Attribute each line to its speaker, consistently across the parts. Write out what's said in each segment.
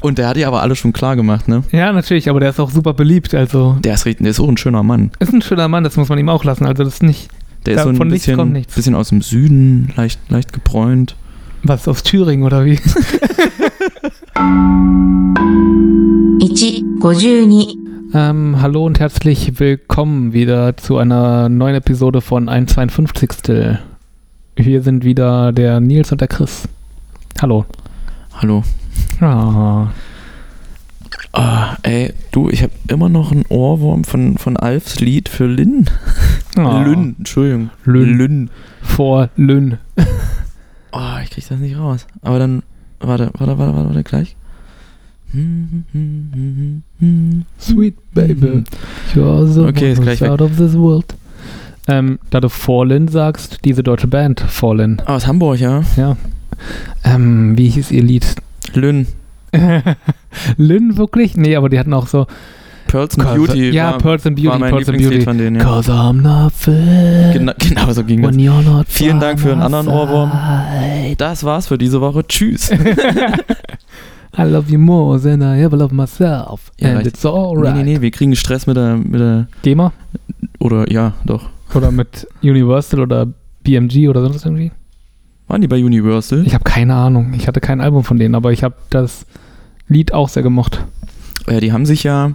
Speaker 1: Und der hat ja aber alles schon klar gemacht, ne?
Speaker 2: Ja, natürlich, aber der ist auch super beliebt. Also
Speaker 1: Der ist, richtig- der ist auch ein schöner Mann.
Speaker 2: ist ein schöner Mann, das muss man ihm auch lassen. Also das ist nicht
Speaker 1: Der ist so
Speaker 2: Davon
Speaker 1: ein
Speaker 2: nichts kommt
Speaker 1: bisschen,
Speaker 2: nichts.
Speaker 1: bisschen aus dem Süden, leicht, leicht gebräunt.
Speaker 2: was aus Thüringen oder wie.
Speaker 3: 1、52、
Speaker 2: Ähm, hallo und herzlich willkommen wieder zu einer neuen Episode von 152. Hier sind wieder der Nils und der Chris. Hallo.
Speaker 1: Hallo.
Speaker 2: Ah,
Speaker 1: Ah, ey, du, ich habe immer noch einen Ohrwurm von, von Alfs Lied für Lynn.
Speaker 2: ah.
Speaker 1: Lynn, Entschuldigung.
Speaker 2: Lynn.
Speaker 1: Lynn.
Speaker 2: Vor Lynn.
Speaker 1: Oh, ich krieg das nicht raus. Aber dann, warte, warte, warte, warte, warte gleich.
Speaker 2: Sweet
Speaker 1: baby.
Speaker 2: You're Mhm. the
Speaker 1: Okay, ist
Speaker 2: one
Speaker 1: gleich
Speaker 2: who's out of this world. Ähm, da du Fallen sagst, diese deutsche Band Fallen.
Speaker 1: Ah, Aus Hamburg, ja?
Speaker 2: Ähm, wie hieß ihr Lied?
Speaker 1: Lynn.
Speaker 2: Lynn wirklich? Nee, aber die hatten auch so.
Speaker 1: Pearls and Beauty.
Speaker 2: Ja,
Speaker 1: war,
Speaker 2: Pearls and
Speaker 1: war
Speaker 2: Beauty.
Speaker 1: mein
Speaker 2: Pearls and
Speaker 1: Lieblingslied
Speaker 2: Beauty.
Speaker 1: von denen, ja.
Speaker 2: Cause I'm not fit.
Speaker 1: Genau, genau so ging das.
Speaker 2: When you're not
Speaker 1: Vielen Dank für den anderen Ohrwurm.
Speaker 2: Ohrwurm.
Speaker 1: Das war's für diese Woche. Tschüss.
Speaker 2: I love you more than I ever love myself.
Speaker 1: Ja,
Speaker 2: And
Speaker 1: reicht.
Speaker 2: it's alright.
Speaker 1: Nee, nee, nee, wir kriegen Stress mit der, mit der,
Speaker 2: GEMA?
Speaker 1: oder ja, doch.
Speaker 2: Oder mit Universal oder BMG oder sonst irgendwie?
Speaker 1: Waren die bei Universal?
Speaker 2: Ich habe keine Ahnung. Ich hatte kein Album von denen, aber ich habe das Lied auch sehr gemocht.
Speaker 1: Äh, die haben sich ja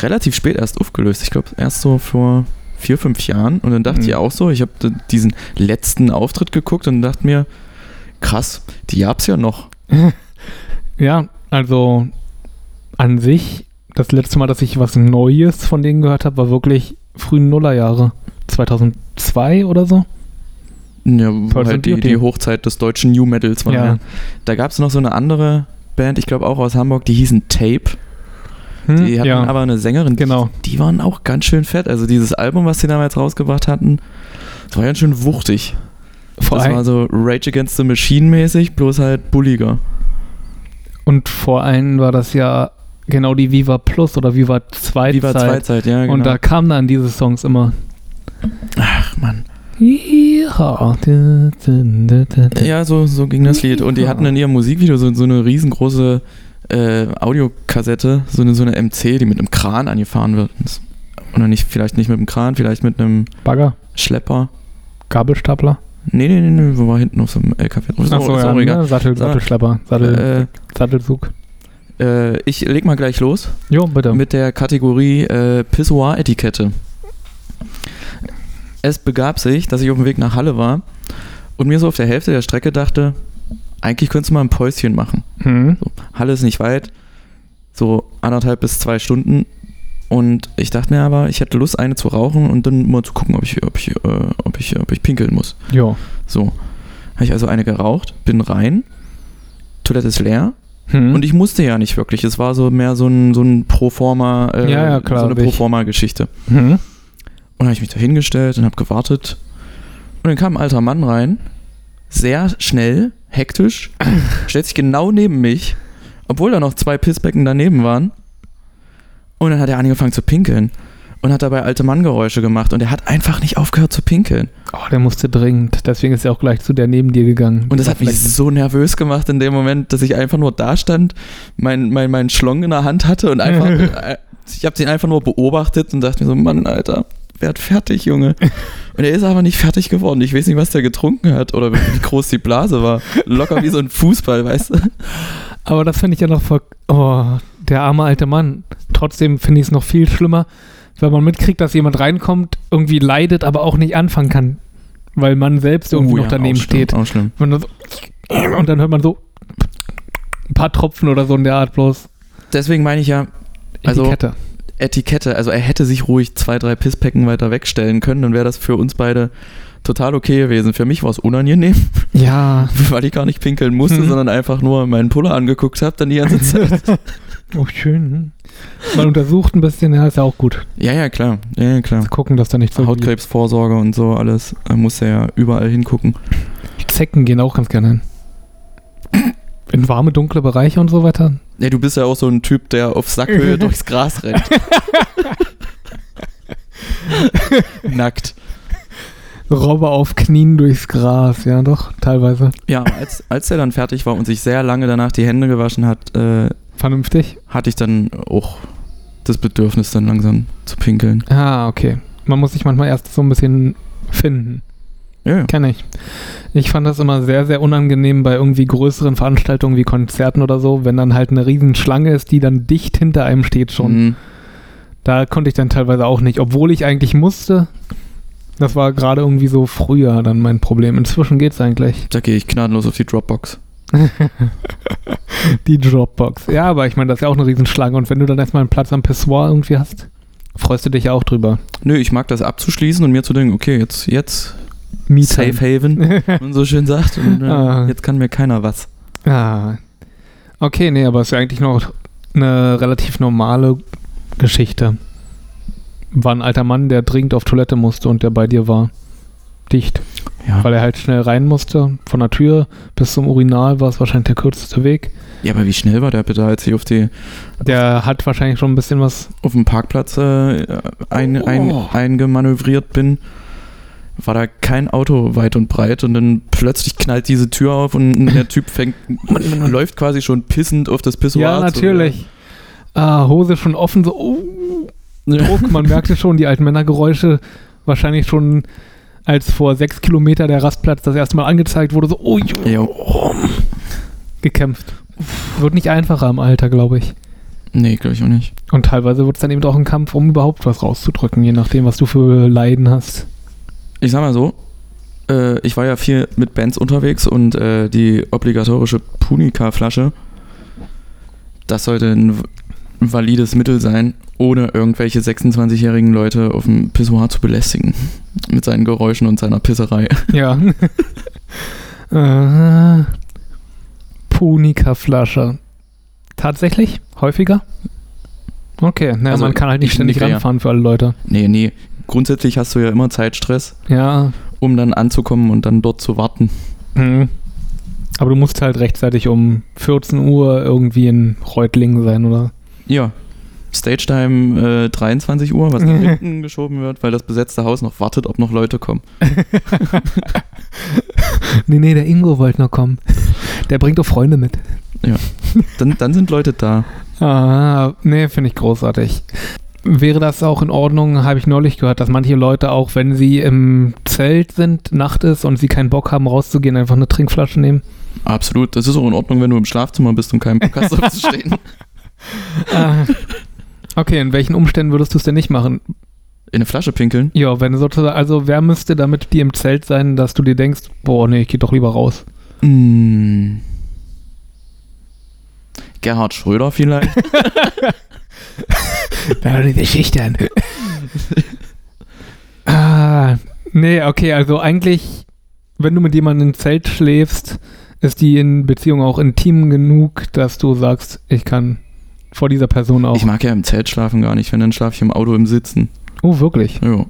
Speaker 1: relativ spät erst aufgelöst. Ich glaube, erst so vor vier, fünf Jahren. Und dann dachte
Speaker 2: Mhm.
Speaker 1: ich auch so, ich habe diesen letzten Auftritt geguckt und dachte mir, krass, die gab's ja noch.
Speaker 2: Ja, also an sich, das letzte Mal, dass ich was Neues von denen gehört habe, war wirklich frühen Nullerjahre. 2002 oder so.
Speaker 1: Ja,
Speaker 2: Pearls
Speaker 1: halt
Speaker 2: and
Speaker 1: die,
Speaker 2: Beauty.
Speaker 1: die Hochzeit des deutschen New Metals war.
Speaker 2: Ja.
Speaker 1: Ja. Da gab's noch so eine andere Band, ich glaube auch aus Hamburg, die hießen Tape.
Speaker 2: Hm?
Speaker 1: Die hatten
Speaker 2: ja,
Speaker 1: aber eine Sängerin, die
Speaker 2: genau.
Speaker 1: die waren auch ganz schön fett. Also dieses Album, was die damals rausgebracht hatten, das war ganz schön wuchtig.
Speaker 2: Vor
Speaker 1: das
Speaker 2: allem-
Speaker 1: war so Rage Against the Machine mäßig, bloß halt bulliger.
Speaker 2: Und vor allem war das ja genau die Viva Plus oder Viva 2
Speaker 1: Wie war
Speaker 2: Zeit.
Speaker 1: Zweizeit, ja genau.
Speaker 2: Und da kamen dann diese Songs immer.
Speaker 1: Ach man.
Speaker 2: Yeehaw. Dü, dü, dü, dü, dü.
Speaker 1: Ja, so, so ging das Lied. Und die hatten in ihrem Musikvideo so, so eine riesengroße äh, Audiokassette, so eine, so eine MC, die mit einem Kran angefahren wird. Das- Oder nicht, vielleicht nicht mit einem Kran, vielleicht mit einem
Speaker 2: Bagger,
Speaker 1: Schlepper.
Speaker 2: Gabelstapler.
Speaker 1: Nee, nee, nee, nee, wo war hinten auf so einem LKW drauf? Ist auch- ist auch
Speaker 2: ne?
Speaker 1: egal.
Speaker 2: Sattel,
Speaker 1: Sag mal,
Speaker 2: Sattelschlepper, Sattel,
Speaker 1: Äh,
Speaker 2: Sattelzug.
Speaker 1: äh, ich leg mal gleich los.
Speaker 2: Jo, bitte.
Speaker 1: mit der Kategorie äh, Pissoir-Etikette. Es begab sich, dass ich auf dem Weg nach Halle war und mir so auf der Hälfte der Strecke dachte, eigentlich könntest du mal ein Päuschen machen.
Speaker 2: Hm?
Speaker 1: Halle ist nicht weit, so anderthalb bis zwei Stunden. Und ich dachte mir aber, ich hätte Lust, eine zu rauchen und dann mal zu gucken, ob ich, ob ich, äh, ob ich, ob ich pinkeln muss.
Speaker 2: Jo.
Speaker 1: So. Habe ich also eine geraucht, bin rein, Toilette ist leer,
Speaker 2: Hm?
Speaker 1: und ich musste ja nicht wirklich. Es war so mehr so ein, so ein Proforma, äh,
Speaker 2: Ja, ja, klar,
Speaker 1: so eine
Speaker 2: ich-
Speaker 1: Proforma-Geschichte. Und
Speaker 2: hm?
Speaker 1: dann habe ich mich da hingestellt und habe gewartet. Und dann kam ein alter Mann rein, sehr schnell, hektisch, stellt sich genau neben mich, obwohl da noch zwei Pissbecken daneben waren. Und dann hat er angefangen zu pinkeln und hat dabei alte Manngeräusche gemacht und er hat einfach nicht aufgehört zu pinkeln.
Speaker 2: Oh, der musste dringend. Deswegen ist er auch gleich zu der neben dir gegangen.
Speaker 1: Und das hat mich
Speaker 2: Vielleicht-
Speaker 1: so nervös gemacht in dem Moment, dass ich einfach nur da stand, meinen mein, mein Schlong in der Hand hatte und einfach, äh, ich habe den einfach nur beobachtet und dachte mir so, Mann, Alter, werd fertig, Junge. Und er ist aber nicht fertig geworden. Ich weiß nicht, was der getrunken hat oder wie groß die Blase war. Locker wie so ein Fußball, weißt du?
Speaker 2: Aber das finde ich ja noch voll. Oh, der arme alte Mann. Trotzdem finde ich es noch viel schlimmer, wenn man mitkriegt, dass jemand reinkommt, irgendwie leidet, aber auch nicht anfangen kann. Weil man selbst irgendwie
Speaker 1: Oh,
Speaker 2: noch
Speaker 1: ja,
Speaker 2: daneben
Speaker 1: auch schlimm,
Speaker 2: steht.
Speaker 1: Auch schlimm.
Speaker 2: Und dann, so, und dann hört man so ein paar Tropfen oder so in der Art bloß.
Speaker 1: Deswegen meine ich ja Also-
Speaker 2: Etikette.
Speaker 1: Etikette. Also er hätte sich ruhig zwei, drei Pissbecken weiter wegstellen können, dann wäre das für uns beide total okay gewesen. Für mich war es unangenehm.
Speaker 2: Ja.
Speaker 1: weil ich gar nicht pinkeln musste,
Speaker 2: Mhm.
Speaker 1: sondern einfach nur meinen Puller angeguckt habe, dann die ganze Zeit.
Speaker 2: Oh, schön. hm. Man untersucht ein bisschen, ja, ist ja auch gut.
Speaker 1: ja, ja, klar. Ja, ja, klar.
Speaker 2: Zu gucken, dass da nicht so
Speaker 1: Hautkrebsvorsorge und so alles. Da muss er ja überall hingucken.
Speaker 2: Die Zecken gehen auch ganz gerne hin. In warme, dunkle Bereiche und so weiter.
Speaker 1: Ja, du bist ja auch so ein Typ, der auf Sackhöhe durchs Gras rennt. Nackt.
Speaker 2: Robber auf Knien durchs Gras, ja doch, teilweise.
Speaker 1: Ja, aber als, als er dann fertig war und sich sehr lange danach die Hände gewaschen hat, äh,
Speaker 2: Vernünftig.
Speaker 1: hatte ich dann auch das Bedürfnis, dann langsam zu pinkeln.
Speaker 2: Ah, okay. Man muss sich manchmal erst so ein bisschen finden.
Speaker 1: Ja, ja.
Speaker 2: Kenne ich. Ich fand das immer sehr, sehr unangenehm bei irgendwie größeren Veranstaltungen wie Konzerten oder so, wenn dann halt eine riesen Schlange ist, die dann dicht hinter einem steht schon.
Speaker 1: Mhm.
Speaker 2: Da konnte ich dann teilweise auch nicht, obwohl ich eigentlich musste. Das war gerade irgendwie so früher dann mein Problem. Inzwischen geht's eigentlich.
Speaker 1: Da gehe ich gnadenlos auf die Dropbox.
Speaker 2: Die Dropbox. Ja, aber ich meine, das ist ja auch eine Riesenschlange. Und wenn du dann erstmal einen Platz am Pessoir irgendwie hast, freust du dich ja auch drüber.
Speaker 1: Nö, ich mag das abzuschließen und mir zu denken, okay, jetzt, jetzt
Speaker 2: Me
Speaker 1: Safe Haven, wie man so schön sagt. Und, äh,
Speaker 2: Ah.
Speaker 1: Jetzt kann mir keiner was.
Speaker 2: Ah. Okay, nee, aber es ist ja eigentlich noch eine relativ normale Geschichte. War ein alter Mann, der dringend auf Toilette musste und der bei dir war. Dicht.
Speaker 1: Ja.
Speaker 2: Weil er halt schnell rein musste. Von der Tür bis zum Urinal war es wahrscheinlich der kürzeste Weg.
Speaker 1: ja, aber wie schnell war der bitte, als ich auf, die,
Speaker 2: Der hat wahrscheinlich schon ein bisschen was.
Speaker 1: auf dem Parkplatz äh, ein, ein,
Speaker 2: Oh.
Speaker 1: eingemanövriert bin? War da kein Auto weit und breit und dann plötzlich knallt diese Tür auf und der Typ fängt, läuft quasi schon pissend auf das Pissoir.
Speaker 2: ja,
Speaker 1: zu.
Speaker 2: natürlich. Ah, Hose schon offen, so. Oh, Druck, man merkte schon die alten Männergeräusche. Wahrscheinlich schon, als vor sechs Kilometer der Rastplatz das erste Mal angezeigt wurde, so. Oh, jo,
Speaker 1: Jo.
Speaker 2: gekämpft. Wird nicht einfacher im Alter, glaube ich.
Speaker 1: Nee, glaube ich auch nicht.
Speaker 2: Und teilweise wird es dann eben auch ein Kampf, um überhaupt was rauszudrücken, je nachdem, was du für Leiden hast.
Speaker 1: ich sag mal so, äh, ich war ja viel mit Bands unterwegs und äh, die obligatorische Punica-Flasche, das sollte ein v- valides Mittel sein, ohne irgendwelche 26-jährigen Leute auf dem Pissoir zu belästigen. Mit seinen Geräuschen und seiner Pisserei.
Speaker 2: Ja. äh, Punika-Flasche. Tatsächlich? Häufiger? Okay, naja,
Speaker 1: Also,
Speaker 2: man kann halt
Speaker 1: ich
Speaker 2: nicht ständig
Speaker 1: nicke, ja.
Speaker 2: ranfahren für alle Leute.
Speaker 1: Nee, nee. Grundsätzlich hast du ja immer Zeitstress,
Speaker 2: Ja.
Speaker 1: um dann anzukommen und dann dort zu warten.
Speaker 2: Mhm. Aber du musst halt rechtzeitig um 14 Uhr irgendwie in Reutlingen sein, oder?
Speaker 1: Ja. Stage Time äh, 23 Uhr, was nach hinten geschoben wird, weil das besetzte Haus noch wartet, ob noch Leute kommen.
Speaker 2: Nee, nee, der Ingo wollte noch kommen. Der bringt doch Freunde mit.
Speaker 1: Dann, dann sind Leute da.
Speaker 2: Ah, nee, finde ich großartig. Wäre das auch in Ordnung, habe ich neulich gehört, dass manche Leute auch, wenn sie im Zelt sind, Nacht ist und sie keinen Bock haben, rauszugehen, einfach eine Trinkflasche nehmen?
Speaker 1: Absolut, das ist auch in Ordnung, wenn du im Schlafzimmer bist und keinen Bock hast aufzustehen.
Speaker 2: Ah. Okay, in welchen Umständen würdest du es denn nicht machen?
Speaker 1: In eine Flasche pinkeln?
Speaker 2: Ja, wenn sozusagen, also wer müsste damit dir im Zelt sein, dass du dir denkst, boah, nee, ich gehe doch lieber raus.
Speaker 1: Mm. Gerhard Schröder vielleicht?
Speaker 2: Ja, diese Schüchtern. ah, nee, okay, also eigentlich, wenn du mit jemandem im Zelt schläfst, ist die in Beziehung auch intim genug, dass du sagst, ich kann vor dieser Person auch.
Speaker 1: Ich mag ja im Zelt schlafen gar nicht, wenn dann schlafe ich im Auto im Sitzen.
Speaker 2: oh, wirklich?
Speaker 1: Jo.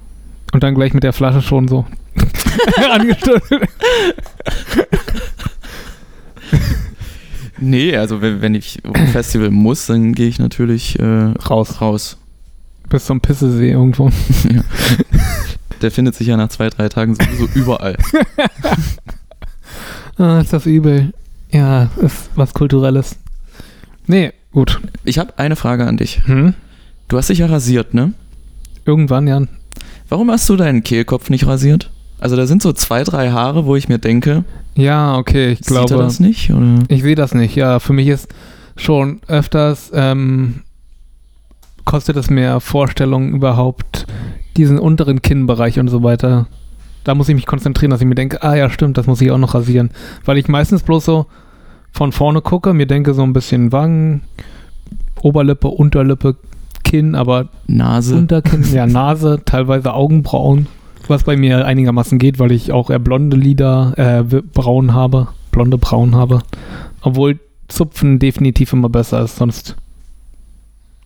Speaker 2: Und dann gleich mit der Flasche schon so. Angestößt.
Speaker 1: Nee, also wenn, wenn ich auf ein Festival muss, dann gehe ich natürlich äh,
Speaker 2: Raus.
Speaker 1: raus.
Speaker 2: Bis zum Pissesee irgendwo.
Speaker 1: Der findet sich ja nach zwei, drei Tagen sowieso überall.
Speaker 2: Ah, ist das übel. Ja, ist was Kulturelles. Nee, gut.
Speaker 1: Ich habe eine Frage an dich.
Speaker 2: Hm?
Speaker 1: Du hast dich ja rasiert, ne?
Speaker 2: Irgendwann, ja.
Speaker 1: Warum hast du deinen Kehlkopf nicht rasiert? Also da sind so zwei, drei Haare, wo ich mir denke,
Speaker 2: Ja, okay, ich glaube.
Speaker 1: sieht er das nicht? Oder?
Speaker 2: Ich sehe das nicht. Ja, für mich ist schon öfters ähm, kostet es mehr Vorstellung überhaupt diesen unteren Kinnbereich und so weiter. Da muss ich mich konzentrieren, dass ich mir denke, ah ja, stimmt, das muss ich auch noch rasieren, weil ich meistens bloß so von vorne gucke, mir denke so ein bisschen Wangen, Oberlippe, Unterlippe, Kinn, aber
Speaker 1: Nase.
Speaker 2: Unterkinn, ja Nase, teilweise Augenbrauen, was bei mir einigermaßen geht, weil ich auch eher blonde Lider, äh, w- Brauen habe, blonde Brauen habe. Obwohl Zupfen definitiv immer besser ist, sonst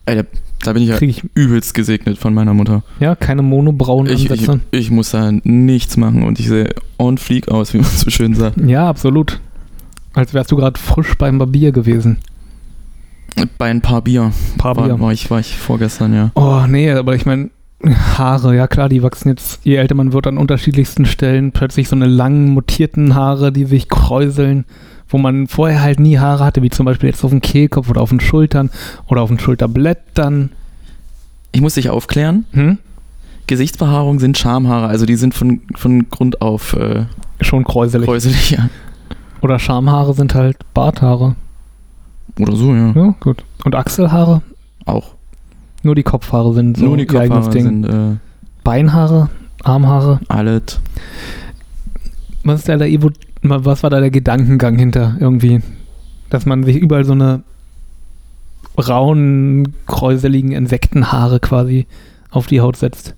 Speaker 1: Alter, da bin ich ja
Speaker 2: kriege ich
Speaker 1: übelst gesegnet von meiner Mutter.
Speaker 2: ja keine monobrauen
Speaker 1: Ich, ich,
Speaker 2: Ansätze.
Speaker 1: ich muss da nichts machen und ich sehe on fleek aus, wie man so schön sagt.
Speaker 2: Ja, absolut. Als wärst du gerade frisch beim Barbier gewesen.
Speaker 1: Bei ein paar Bier, War, war, ich, war ich vorgestern, ja.
Speaker 2: Oh, nee, aber ich meine, Haare, ja klar, die wachsen jetzt, je älter man wird, an unterschiedlichsten Stellen plötzlich so eine langen, mutierten Haare, die sich kräuseln, wo man vorher halt nie Haare hatte, wie zum Beispiel jetzt auf dem Kehlkopf oder auf den Schultern oder auf den Schulterblättern.
Speaker 1: Ich muss dich aufklären.
Speaker 2: Hm?
Speaker 1: Gesichtsbehaarung sind Schamhaare, also die sind von, von Grund auf äh,
Speaker 2: Schon kräuselig.
Speaker 1: kräuselig. Ja.
Speaker 2: Oder Schamhaare sind halt Barthaare.
Speaker 1: Oder so, ja.
Speaker 2: Ja, gut. Und Achselhaare?
Speaker 1: Auch.
Speaker 2: Nur die Kopfhaare sind so
Speaker 1: Nur die
Speaker 2: ihr eigenes
Speaker 1: Kopfhaare sind äh,
Speaker 2: Beinhaare, Armhaare.
Speaker 1: alles.
Speaker 2: Was, ist da der Evo was war da der Gedankengang hinter irgendwie? Dass man sich überall so eine rauen, kräuseligen Insektenhaare quasi auf die Haut setzt.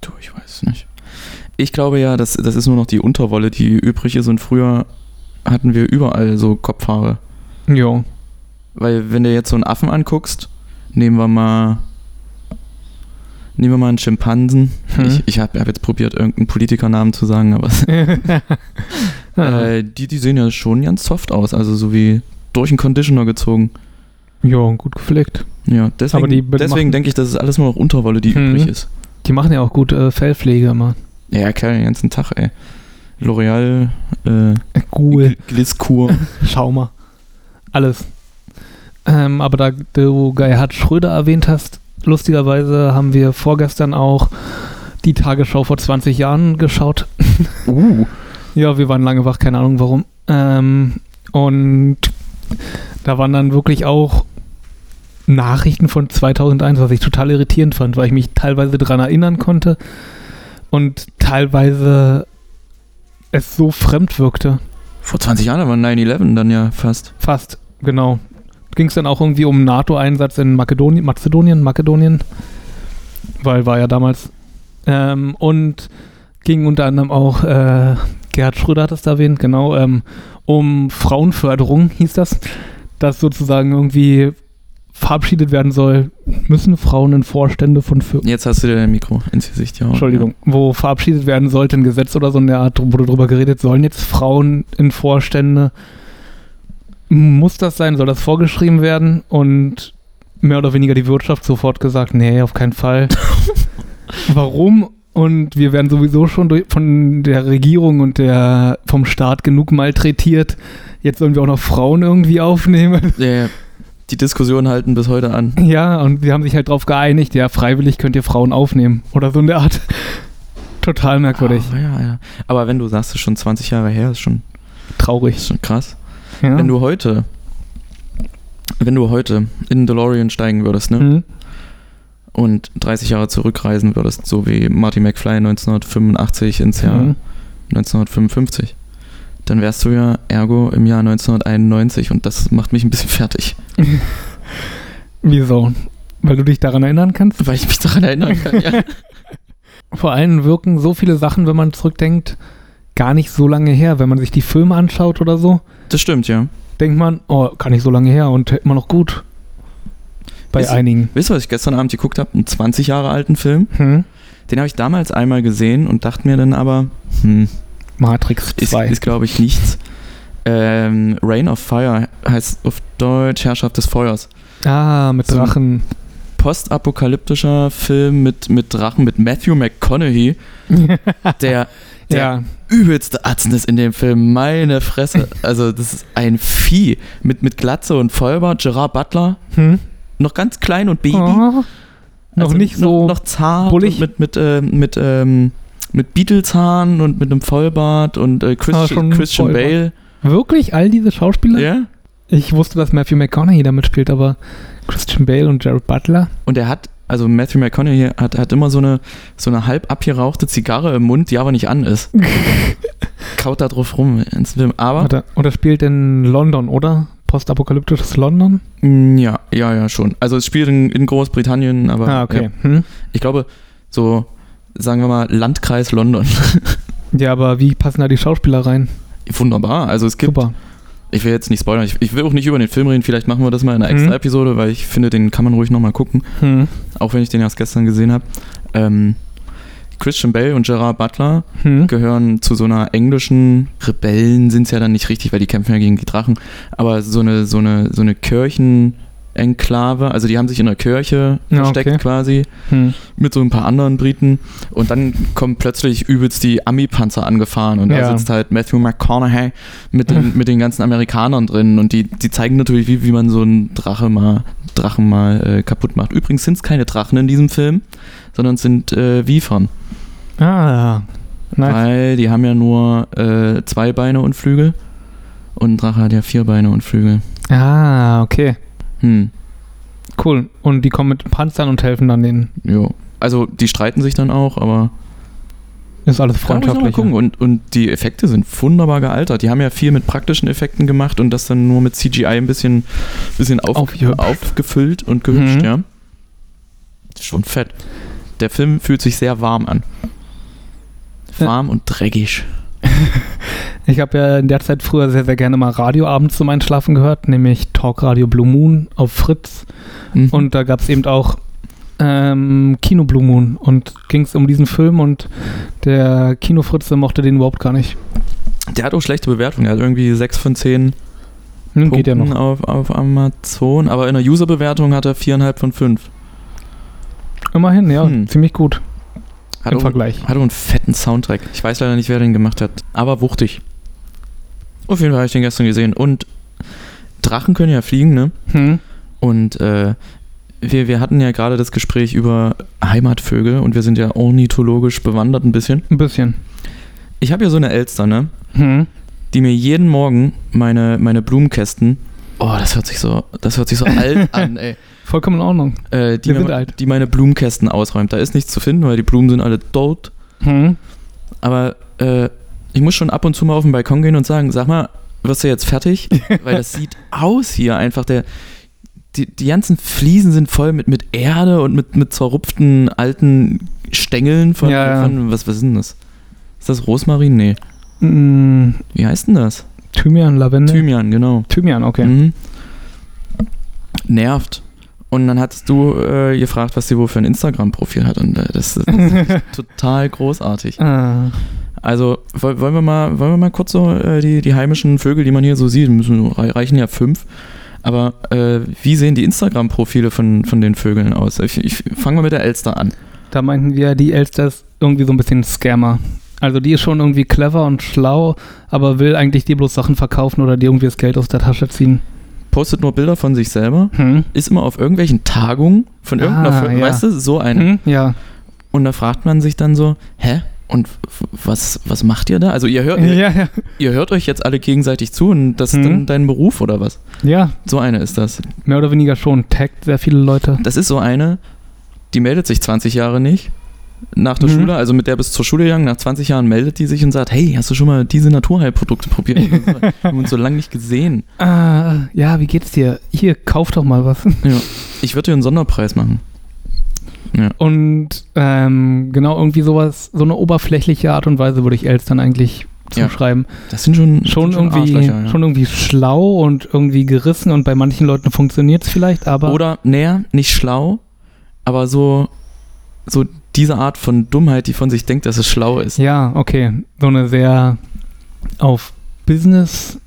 Speaker 1: Du, ich weiß es nicht. Ich glaube ja, das, das ist nur noch die Unterwolle, die übrig ist und früher hatten wir überall so Kopfhaare.
Speaker 2: Jo.
Speaker 1: Weil wenn du jetzt so einen Affen anguckst, nehmen wir mal nehmen wir mal einen Schimpansen.
Speaker 2: Hm.
Speaker 1: Ich, ich habe hab jetzt probiert, irgendeinen Politikernamen zu sagen, aber
Speaker 2: Ah,
Speaker 1: äh, die, die sehen ja schon ganz soft aus, also so wie durch einen Conditioner gezogen.
Speaker 2: jo, gut gepflegt.
Speaker 1: Ja, deswegen,
Speaker 2: Aber die be-
Speaker 1: deswegen
Speaker 2: machen-
Speaker 1: denke ich, das ist alles nur noch Unterwolle, die
Speaker 2: Hm.
Speaker 1: übrig ist.
Speaker 2: Die machen ja auch gut äh, Fellpflege immer.
Speaker 1: Ja, klar, den ganzen Tag, ey. L'Oreal, äh,
Speaker 2: Cool.
Speaker 1: Gl- Glisskur.
Speaker 2: Schau mal. Alles. Ähm, aber da du Gerhard Schröder erwähnt hast, lustigerweise haben wir vorgestern auch die Tagesschau vor 20 Jahren geschaut.
Speaker 1: uh.
Speaker 2: Ja, wir waren lange wach, keine Ahnung warum. Ähm, und da waren dann wirklich auch Nachrichten von 2001, was ich total irritierend fand, weil ich mich teilweise dran erinnern konnte und teilweise es so fremd wirkte.
Speaker 1: Vor 20 Jahren war 9-11 dann ja fast.
Speaker 2: Fast, genau. Ging es dann auch irgendwie um NATO-Einsatz in Makedonien, Mazedonien, Makedonien, weil war ja damals. Ähm, und ging unter anderem auch, äh, Gerhard Schröder hat es da erwähnt, genau, ähm, um Frauenförderung hieß das, dass sozusagen irgendwie verabschiedet werden soll, müssen Frauen in Vorstände von Fir
Speaker 1: Jetzt hast du dir dein Mikro ins Gesicht gehauen.
Speaker 2: Entschuldigung, wo verabschiedet werden sollte, ein Gesetz oder so in der Art, wo du drüber geredet, sollen jetzt Frauen in Vorstände, muss das sein, soll das vorgeschrieben werden? Und mehr oder weniger die Wirtschaft sofort gesagt, nee, auf keinen Fall. Warum? Und wir werden sowieso schon durch, von der Regierung und der, vom Staat genug malträtiert. Jetzt sollen wir auch noch Frauen irgendwie aufnehmen.
Speaker 1: Ja. Ja, ja. Die Diskussionen halten bis heute an.
Speaker 2: Ja, und sie haben sich halt drauf geeinigt, ja, freiwillig könnt ihr Frauen aufnehmen. Oder so in der Art. Total merkwürdig.
Speaker 1: Ah, ja, ja. Aber wenn du sagst, es ist schon 20 Jahre her, ist schon,
Speaker 2: Traurig.
Speaker 1: ist schon krass.
Speaker 2: Ja.
Speaker 1: Wenn du heute, wenn du heute in den DeLorean steigen würdest, ne?
Speaker 2: Mhm.
Speaker 1: Und 30 Jahre zurückreisen würdest, so wie Marty McFly 1985 ins Jahr
Speaker 2: Mhm.
Speaker 1: 1955, dann wärst du ja ergo im Jahr 1991 und das macht mich ein bisschen fertig,
Speaker 2: Wieso? Weil du dich daran erinnern kannst?
Speaker 1: weil ich mich daran erinnern kann. Ja.
Speaker 2: Vor allem wirken so viele Sachen, wenn man zurückdenkt, gar nicht so lange her. Wenn man sich die Filme anschaut oder so,
Speaker 1: Das stimmt, ja.
Speaker 2: denkt man, oh, gar nicht so lange her und immer noch gut. Bei
Speaker 1: Ist-
Speaker 2: einigen.
Speaker 1: Wisst ihr, was ich gestern Abend geguckt habe? Einen 20 Jahre alten Film.
Speaker 2: Hm?
Speaker 1: Den habe ich damals einmal gesehen und dachte mir dann aber, hm,
Speaker 2: Matrix
Speaker 1: ist,
Speaker 2: 2.
Speaker 1: ist glaube ich, nichts. Ähm, Rain of Fire heißt auf Deutsch Herrschaft des Feuers.
Speaker 2: ah, mit
Speaker 1: so ein-
Speaker 2: Drachen.
Speaker 1: Postapokalyptischer Film mit, mit Drachen, mit Matthew McConaughey, der Der-
Speaker 2: ja,
Speaker 1: übelste Atzen ist in dem Film. Meine Fresse. Also, das ist ein Vieh mit, mit Glatze und Vollbart. Gerard Butler,
Speaker 2: hm?
Speaker 1: noch ganz klein und Baby.
Speaker 2: Oh, noch
Speaker 1: Also
Speaker 2: nicht so.
Speaker 1: Noch, noch zart.
Speaker 2: bullig.
Speaker 1: Und mit mit, ähm, mit, ähm, mit Beatleshahn und mit einem Vollbart und äh,
Speaker 2: Ah, schon
Speaker 1: Christian, Christian
Speaker 2: Vollbart.
Speaker 1: Bale.
Speaker 2: wirklich all diese Schauspieler?
Speaker 1: Ja.
Speaker 2: Ich wusste, dass Matthew McConaughey damit spielt, aber Christian Bale und Jared Butler.
Speaker 1: Und er hat, also Matthew McConaughey hat, hat immer so eine, so eine halb abgerauchte Zigarre im Mund, die aber nicht an ist. Kaut da drauf rum ins Film. Aber,
Speaker 2: Hat er, und er spielt in London, oder? Postapokalyptisches London?
Speaker 1: mh, mm, ja, ja, ja, schon. Also es spielt in, in Großbritannien, aber
Speaker 2: Ah, okay.
Speaker 1: ja,
Speaker 2: Hm?
Speaker 1: ich glaube, so, sagen wir mal, Landkreis London.
Speaker 2: Ja, aber wie passen da die Schauspieler rein?
Speaker 1: Wunderbar. Also es gibt,
Speaker 2: Super.
Speaker 1: ich will jetzt nicht spoilern, ich, ich will auch nicht über den Film reden, vielleicht machen wir das mal in einer
Speaker 2: Mhm.
Speaker 1: extra Episode, weil ich finde, den kann man ruhig nochmal gucken.
Speaker 2: Hm.
Speaker 1: auch wenn ich den erst gestern gesehen habe. Ähm, Christian Bale und Gerard Butler
Speaker 2: Hm.
Speaker 1: gehören zu so einer englischen Rebellen, sind es ja dann nicht richtig, weil die kämpfen ja gegen die Drachen, aber so eine, so eine, so eine Kirchen, Enklave, also die haben sich in einer Kirche
Speaker 2: Ja,
Speaker 1: versteckt
Speaker 2: okay.
Speaker 1: quasi
Speaker 2: Hm.
Speaker 1: mit so ein paar anderen Briten und dann kommen plötzlich übelst die Ami-Panzer angefahren und da
Speaker 2: Ja.
Speaker 1: sitzt halt Matthew McConaughey mit den, mit den ganzen Amerikanern drin und die, die zeigen natürlich, wie, wie man so einen Drache mal, Drachen mal äh, kaputt macht. Übrigens sind es keine Drachen in diesem Film, sondern es sind äh, Wiefern,
Speaker 2: Ah, nice.
Speaker 1: weil die haben ja nur äh, zwei Beine und Flügel und ein Drache hat ja vier Beine und Flügel.
Speaker 2: Ah, okay.
Speaker 1: Hm,
Speaker 2: Cool. Und die kommen mit Panzern und helfen dann denen.
Speaker 1: jo. Also die streiten sich dann auch, aber
Speaker 2: Ist alles
Speaker 1: Da muss ich noch mal
Speaker 2: freundschaftlich.
Speaker 1: gucken. Und, und die Effekte sind wunderbar gealtert. Die haben ja viel mit praktischen Effekten gemacht und das dann nur mit CGI ein bisschen, bisschen auf,
Speaker 2: Aufgehübscht.
Speaker 1: aufgefüllt und gehübscht,
Speaker 2: Mhm.
Speaker 1: ja. Schon fett. Der Film fühlt sich sehr warm an.
Speaker 2: Ja.
Speaker 1: Warm und dreckig.
Speaker 2: Ich habe ja in der Zeit früher sehr, sehr gerne mal Radio abends zum Einschlafen gehört, nämlich Talkradio Blue Moon auf Fritz.
Speaker 1: Mhm.
Speaker 2: Und da gab es eben auch ähm, Kino Blue Moon und ging es um diesen Film und der Kinofritze mochte den überhaupt gar nicht.
Speaker 1: der hat auch schlechte Bewertungen. Der hat irgendwie 6 von 10
Speaker 2: Hm,
Speaker 1: Punkten
Speaker 2: geht ja noch.
Speaker 1: auf, auf Amazon. Aber in der User-Bewertung hat er 4,5 von 5.
Speaker 2: Immerhin, ja,
Speaker 1: Hm.
Speaker 2: ziemlich gut
Speaker 1: Hat
Speaker 2: im
Speaker 1: auch,
Speaker 2: Vergleich.
Speaker 1: hat auch einen fetten Soundtrack. Ich weiß leider nicht, wer den gemacht hat. Aber wuchtig. Auf jeden Fall habe ich den gestern gesehen. Und Drachen können ja fliegen, ne?
Speaker 2: Hm?
Speaker 1: Und äh, wir, wir hatten ja gerade das Gespräch über Heimatvögel und wir sind ja ornithologisch bewandert ein bisschen.
Speaker 2: Ein bisschen.
Speaker 1: Ich habe ja so eine Elster, ne?
Speaker 2: Hm?
Speaker 1: Die mir jeden Morgen meine, meine Blumenkästen. Oh, das hört sich so, das hört sich so alt an, ey.
Speaker 2: Vollkommen in Ordnung.
Speaker 1: Äh, die,
Speaker 2: Wir sind
Speaker 1: mir,
Speaker 2: alt.
Speaker 1: die meine Blumenkästen ausräumt. Da ist nichts zu finden, weil die Blumen sind alle tot.
Speaker 2: Hm?
Speaker 1: Aber äh, ich muss schon ab und zu mal auf den Balkon gehen und sagen, sag mal, wirst du jetzt fertig? Weil das sieht aus hier einfach. Der, die, die ganzen Fliesen sind voll mit, mit Erde und mit, mit zerrupften alten Stängeln von,
Speaker 2: Ja, ja.
Speaker 1: von was, was ist denn das? Ist das Rosmarin? Nee.
Speaker 2: Hm,
Speaker 1: Wie heißt denn das?
Speaker 2: Thymian, Lavendel.
Speaker 1: Thymian, genau.
Speaker 2: Thymian, okay.
Speaker 1: Mhm. Nervt. Und dann hattest du äh, gefragt, was sie wohl für ein Instagram-Profil hat. Und äh, das ist total großartig.
Speaker 2: Ah.
Speaker 1: Also woll- wollen wir mal, wollen wir mal kurz so äh, die, die heimischen Vögel, die man hier so sieht, müssen, rei- reichen ja fünf. Aber äh, wie sehen die Instagram-Profile von, von den Vögeln aus? Ich, ich fange mal mit der Elster an.
Speaker 2: Da meinten wir, die Elster ist irgendwie so ein bisschen Scammer. Also die ist schon irgendwie clever und schlau, aber will eigentlich dir bloß Sachen verkaufen oder dir irgendwie das Geld aus der Tasche ziehen.
Speaker 1: Postet nur Bilder von sich selber,
Speaker 2: Hm?
Speaker 1: ist immer auf irgendwelchen Tagungen von irgendeiner
Speaker 2: Ah,
Speaker 1: Firma,
Speaker 2: ja.
Speaker 1: weißt du, so eine.
Speaker 2: Hm? Ja.
Speaker 1: Und da fragt man sich dann so, hä? Und f- was, was macht ihr da? Also ihr hört, ihr,
Speaker 2: Ja, ja.
Speaker 1: ihr hört euch jetzt alle gegenseitig zu und das ist
Speaker 2: Mhm.
Speaker 1: dann dein Beruf oder was?
Speaker 2: Ja,
Speaker 1: So eine ist das.
Speaker 2: mehr oder weniger schon. Taggt sehr viele Leute.
Speaker 1: Das ist so eine, die meldet sich 20 Jahre nicht nach der
Speaker 2: Mhm.
Speaker 1: Schule, also mit der bis zur Schule gegangen, nach 20 Jahren meldet die sich und sagt, hey, hast du schon mal diese Naturheilprodukte probiert? Wir haben uns so lange nicht gesehen.
Speaker 2: Ah, ja, wie geht's dir? Hier, kauf doch mal was.
Speaker 1: Ich würde dir einen Sonderpreis machen.
Speaker 2: Und ähm, genau irgendwie sowas, so eine oberflächliche Art und Weise würde ich Elstern eigentlich
Speaker 1: Ja.
Speaker 2: zuschreiben.
Speaker 1: Das sind schon,
Speaker 2: Schon,
Speaker 1: sind
Speaker 2: irgendwie,
Speaker 1: Arschlöcher, ja.
Speaker 2: schon irgendwie schlau und irgendwie gerissen und bei manchen Leuten funktioniert's vielleicht, aber
Speaker 1: Oder, näher, nicht schlau, aber so, so diese Art von Dummheit, die von sich denkt, dass es schlau ist.
Speaker 2: Ja, okay. So eine sehr auf Business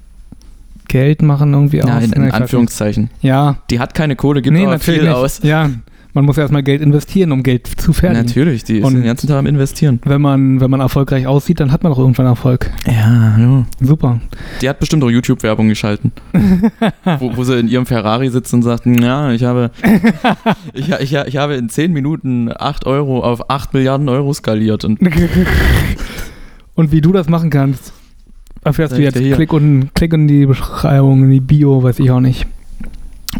Speaker 2: Geld machen irgendwie aus.
Speaker 1: Ja, in,
Speaker 2: Ne,
Speaker 1: in
Speaker 2: ich weiß
Speaker 1: Anführungszeichen.
Speaker 2: nicht. Ja,
Speaker 1: Die hat keine Kohle, gibt
Speaker 2: nee,
Speaker 1: aber
Speaker 2: natürlich.
Speaker 1: viel
Speaker 2: Nicht.
Speaker 1: aus.
Speaker 2: Ja, man muss erstmal Geld investieren, um Geld zu verdienen.
Speaker 1: Natürlich, die ist
Speaker 2: Und-
Speaker 1: den ganzen Tag am Investieren.
Speaker 2: Wenn man, wenn man erfolgreich aussieht, dann hat man auch irgendwann Erfolg.
Speaker 1: Ja, ja.
Speaker 2: Super.
Speaker 1: Die hat bestimmt auch YouTube-Werbung geschalten. wo, wo sie in ihrem Ferrari sitzt und sagt, ja, ich habe, ich, ha- ich, ha- ich habe in 10 Minuten 8 Euro auf 8 Milliarden Euro skaliert. Und
Speaker 2: Und wie du das machen kannst, erfährst
Speaker 1: Sag
Speaker 2: du
Speaker 1: ich
Speaker 2: jetzt.
Speaker 1: dir hier.
Speaker 2: Klick, unten, klick in die Beschreibung, in die Bio, weiß ich auch nicht.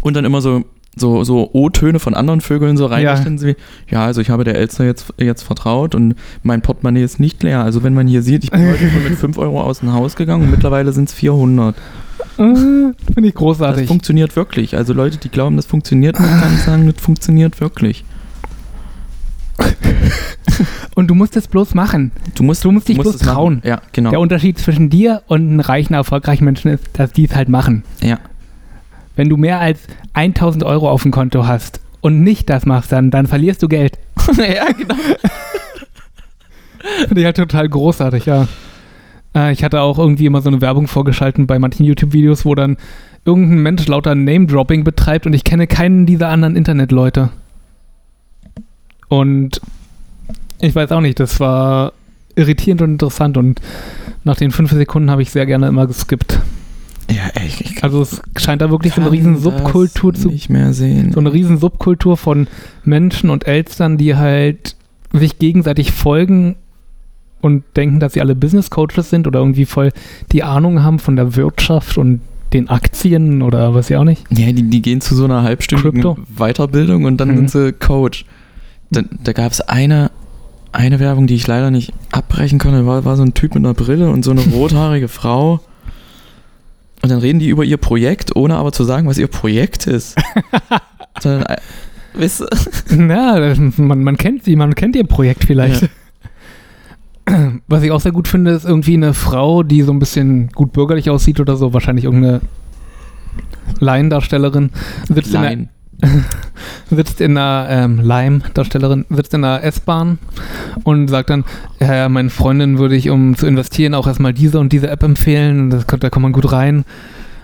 Speaker 1: Und dann immer so, so, so O-Töne von anderen Vögeln so rein.
Speaker 2: Ja.
Speaker 1: Ja. Sie, ja, also ich habe der Elster jetzt, jetzt vertraut und mein Portemonnaie ist nicht leer. Also wenn man hier sieht, ich bin heute schon mit 5 Euro aus dem Haus gegangen und mittlerweile sind es 400.
Speaker 2: Äh, Finde ich
Speaker 1: Das
Speaker 2: großartig.
Speaker 1: funktioniert wirklich. Also Leute, die glauben, das funktioniert nicht, kann ich sagen, das funktioniert wirklich.
Speaker 2: Und du musst es bloß machen.
Speaker 1: Du musst,
Speaker 2: Du musst dich
Speaker 1: musst
Speaker 2: bloß
Speaker 1: es machen.
Speaker 2: trauen.
Speaker 1: Ja, genau.
Speaker 2: Der Unterschied zwischen dir und einem reichen, erfolgreichen Menschen ist, dass die es halt machen.
Speaker 1: Ja.
Speaker 2: Wenn du mehr als 1000 Euro auf dem Konto hast und nicht das machst, dann, dann verlierst du Geld.
Speaker 1: ja, genau.
Speaker 2: Finde ich halt total großartig, ja. Äh, ich hatte auch irgendwie immer so eine Werbung vorgeschalten bei manchen YouTube-Videos, wo dann irgendein Mensch lauter Name-Dropping betreibt und ich kenne keinen dieser anderen Internetleute. Und ich weiß auch nicht, das war irritierend und interessant und nach den fünf Sekunden habe ich sehr gerne immer geskippt.
Speaker 1: Ja, ey, ich, ich
Speaker 2: Also es scheint da wirklich so eine
Speaker 1: kann
Speaker 2: riesen
Speaker 1: das
Speaker 2: Subkultur zu
Speaker 1: nicht mehr sehen.
Speaker 2: so eine riesen Subkultur von Menschen und Elstern, die halt sich gegenseitig folgen und denken, dass sie alle Business Coaches sind oder irgendwie voll die Ahnung haben von der Wirtschaft und den Aktien oder was ja auch nicht.
Speaker 1: Ja, die, die gehen zu so einer halbstündigen
Speaker 2: Krypto?
Speaker 1: Weiterbildung und dann
Speaker 2: Mhm.
Speaker 1: sind sie Coach. Da, da gab es eine, eine Werbung, die ich leider nicht abbrechen konnte. War, war so ein Typ mit einer Brille und so eine rothaarige Frau. Und dann reden die über ihr Projekt, ohne aber zu sagen, was ihr Projekt ist. Sondern, äh, weißt du,
Speaker 2: Na, das- man, man kennt sie, man kennt ihr Projekt vielleicht. Was ich auch sehr gut finde, ist irgendwie eine Frau, die so ein bisschen gut bürgerlich aussieht oder so, wahrscheinlich irgendeine Laiendarstellerin, sitzt in der
Speaker 1: Line.
Speaker 2: sitzt in einer ähm, Lime-Darstellerin, sitzt in einer S-Bahn und sagt dann, ja, meine Freundin würde ich, um zu investieren, auch erstmal diese und diese App empfehlen. Das, kommt- da kommt man gut rein.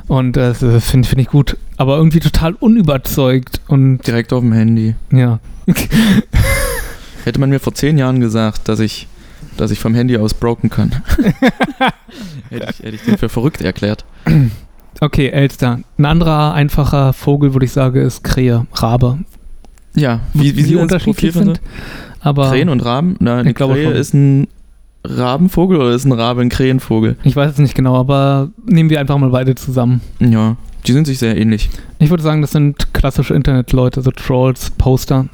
Speaker 2: Und das, äh, finde find ich gut. Aber irgendwie total unüberzeugt und
Speaker 1: direkt auf dem Handy.
Speaker 2: ja.
Speaker 1: Hätte man mir vor zehn Jahren gesagt, dass ich, dass ich vom Handy aus broken kann. hätte, ich, hätte ich den für verrückt erklärt.
Speaker 2: Okay, Elster. Ein anderer einfacher Vogel, würde ich sagen, ist Krähe, Rabe.
Speaker 1: Ja, wie, wie, sie uns Profil von so-
Speaker 2: Aber
Speaker 1: Krähen und Raben? Na,
Speaker 2: Ich
Speaker 1: eine
Speaker 2: glaube
Speaker 1: Krähe
Speaker 2: schon.
Speaker 1: ist ein Rabenvogel oder ist ein Rabe ein Krähenvogel?
Speaker 2: ich weiß es nicht genau, aber nehmen wir einfach mal beide zusammen.
Speaker 1: Ja, die sind sich sehr ähnlich.
Speaker 2: Ich würde sagen, das sind klassische Internetleute, so Trolls, Poster.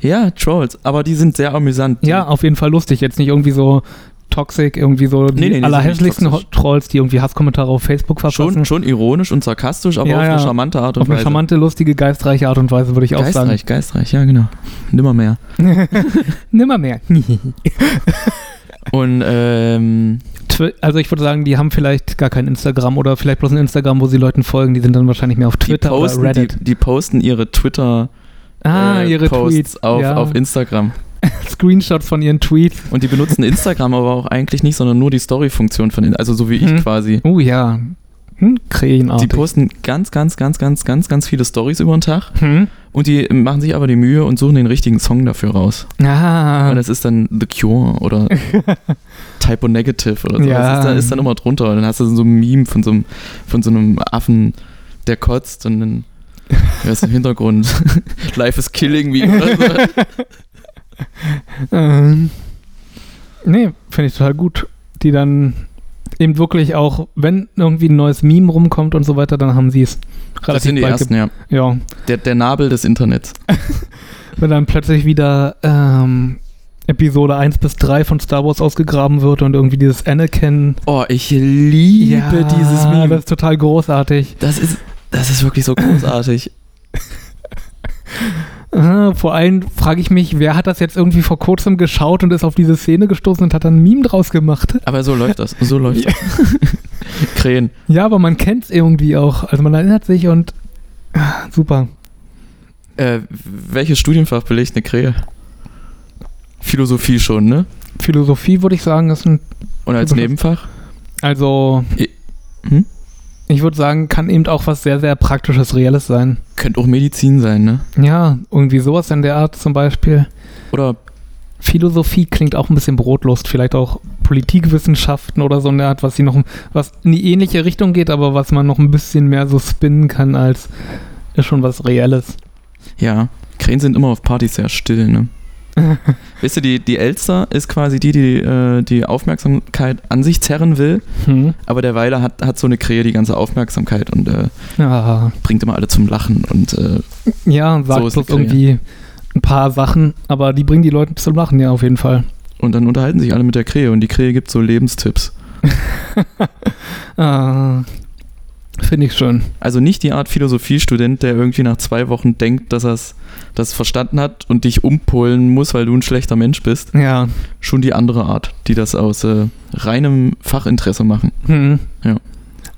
Speaker 1: Ja, Trolls, aber die sind sehr amüsant.
Speaker 2: Ja, auf jeden Fall lustig. Jetzt nicht irgendwie so toxisch, irgendwie so die
Speaker 1: Nee, nee, die
Speaker 2: allerhässlichsten
Speaker 1: sind nicht
Speaker 2: Trolls, die irgendwie Hasskommentare auf Facebook verfassen.
Speaker 1: schon, schon ironisch und sarkastisch, aber
Speaker 2: Ja,
Speaker 1: auf
Speaker 2: ja.
Speaker 1: eine charmante Art und
Speaker 2: auf eine
Speaker 1: Weise.
Speaker 2: charmante, lustige, geistreiche Art und Weise würde ich auch sagen.
Speaker 1: geistreich, geistreich, ja genau. Nimmer mehr.
Speaker 2: Nimmer mehr.
Speaker 1: Und ähm,
Speaker 2: Twi- also ich würde sagen, die haben vielleicht gar kein Instagram oder vielleicht bloß ein Instagram, wo sie Leuten folgen. Die sind dann wahrscheinlich mehr auf
Speaker 1: die,
Speaker 2: Twitter oder
Speaker 1: posten, die,
Speaker 2: Reddit.
Speaker 1: die posten ihre Twitter
Speaker 2: ah,
Speaker 1: äh,
Speaker 2: ihre
Speaker 1: Posts
Speaker 2: Tweets.
Speaker 1: auf,
Speaker 2: ja.
Speaker 1: auf Instagram.
Speaker 2: Screenshots von ihren Tweets.
Speaker 1: Und die benutzen Instagram aber auch eigentlich nicht, sondern nur die Story-Funktion von ihnen, also so wie ich
Speaker 2: Hm.
Speaker 1: quasi.
Speaker 2: Oh ja. Hm,
Speaker 1: Die
Speaker 2: Krähenartig.
Speaker 1: posten ganz, ganz, ganz, ganz, ganz, ganz viele Stories über den Tag.
Speaker 2: Hm?
Speaker 1: Und die machen sich aber die Mühe und suchen den richtigen Song dafür raus.
Speaker 2: Ah.
Speaker 1: Und das ist dann The Cure oder Typo Negative oder so.
Speaker 2: Ja.
Speaker 1: Das ist dann, ist dann immer drunter. Und dann hast du so ein Meme von so einem, von so einem Affen, der kotzt und dann. Ja, ist im Hintergrund. Life is killing me. Oder so.
Speaker 2: Ähm, nee, finde ich total gut. Die dann eben wirklich auch, wenn irgendwie ein neues Meme rumkommt und so weiter, dann haben sie es relativ
Speaker 1: Das sind die
Speaker 2: bald
Speaker 1: ersten, ja.
Speaker 2: ge- Ja,
Speaker 1: Der, der Nabel des Internets.
Speaker 2: wenn dann plötzlich wieder ähm, Episode 1 bis 3 von Star Wars ausgegraben wird und irgendwie dieses Anakin.
Speaker 1: Oh, ich liebe dieses Meme.
Speaker 2: Das ist total großartig.
Speaker 1: das, ist, das ist wirklich so großartig.
Speaker 2: Äh, Vor allem frage ich mich, wer hat das jetzt irgendwie vor kurzem geschaut und ist auf diese Szene gestoßen und hat dann ein Meme draus gemacht?
Speaker 1: Aber so läuft das. So läuft das. Krähen.
Speaker 2: Ja, aber man kennt es irgendwie auch. Also man erinnert sich und ah, super.
Speaker 1: Äh, welches Studienfach belegt eine Krähe? Philosophie schon, ne?
Speaker 2: Philosophie würde ich sagen, ist ein.
Speaker 1: Und als
Speaker 2: Philosophie.
Speaker 1: Nebenfach?
Speaker 2: Also.
Speaker 1: I- hm?
Speaker 2: Ich würde sagen, kann eben auch was sehr, sehr Praktisches, Reelles sein.
Speaker 1: Könnte auch Medizin sein, ne?
Speaker 2: Ja, irgendwie sowas in der Art zum Beispiel.
Speaker 1: Oder
Speaker 2: Philosophie klingt auch ein bisschen brotlos. Vielleicht auch Politikwissenschaften oder so eine Art, was sie noch. was in die ähnliche Richtung geht, aber was man noch ein bisschen mehr so spinnen kann, als. ist schon was Reelles.
Speaker 1: ja, Krähen sind immer auf Partys sehr still, ne? Wisst ihr, die, die Elster ist quasi die, die äh, die Aufmerksamkeit an sich zerren will,
Speaker 2: Hm.
Speaker 1: aber der Weiler hat, hat so eine Krähe die ganze Aufmerksamkeit und äh,
Speaker 2: Ja.
Speaker 1: bringt immer alle zum Lachen und äh,
Speaker 2: Ja, sagt
Speaker 1: So ist die
Speaker 2: bloß irgendwie ein paar Sachen, aber die bringen die Leute zum Lachen, ja, auf jeden Fall.
Speaker 1: Und dann unterhalten sich alle mit der Krähe und die Krähe gibt so Lebenstipps.
Speaker 2: Ah, Finde ich schön.
Speaker 1: Also nicht die Art Philosophiestudent, der irgendwie nach zwei Wochen denkt, dass er das verstanden hat und dich umpolen muss, weil du ein schlechter Mensch bist.
Speaker 2: Ja.
Speaker 1: Schon die andere Art, die das aus äh, reinem Fachinteresse machen.
Speaker 2: Hm.
Speaker 1: Ja.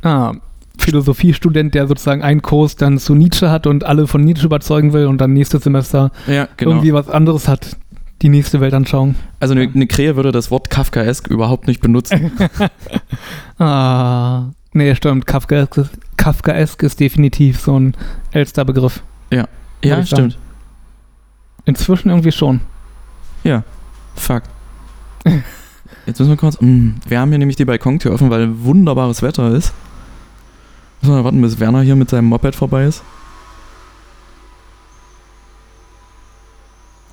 Speaker 2: Ah, Philosophiestudent, der sozusagen einen Kurs dann zu Nietzsche hat und alle von Nietzsche überzeugen will und dann nächstes Semester
Speaker 1: Ja, genau.
Speaker 2: irgendwie was anderes hat. die nächste Weltanschauung.
Speaker 1: Also eine, eine Krähe würde das Wort Kafkaesk überhaupt nicht benutzen.
Speaker 2: Ah, nee, stimmt. Kafkaesk, Kafkaesk ist definitiv so ein Elster-Begriff. Würde
Speaker 1: ja,
Speaker 2: ich sagen.
Speaker 1: stimmt.
Speaker 2: Inzwischen irgendwie schon.
Speaker 1: Fuck. Jetzt müssen wir kurz. Mm, wir haben hier nämlich die Balkontür offen, weil wunderbares Wetter ist. Müssen wir warten, bis Werner hier mit seinem Moped vorbei ist.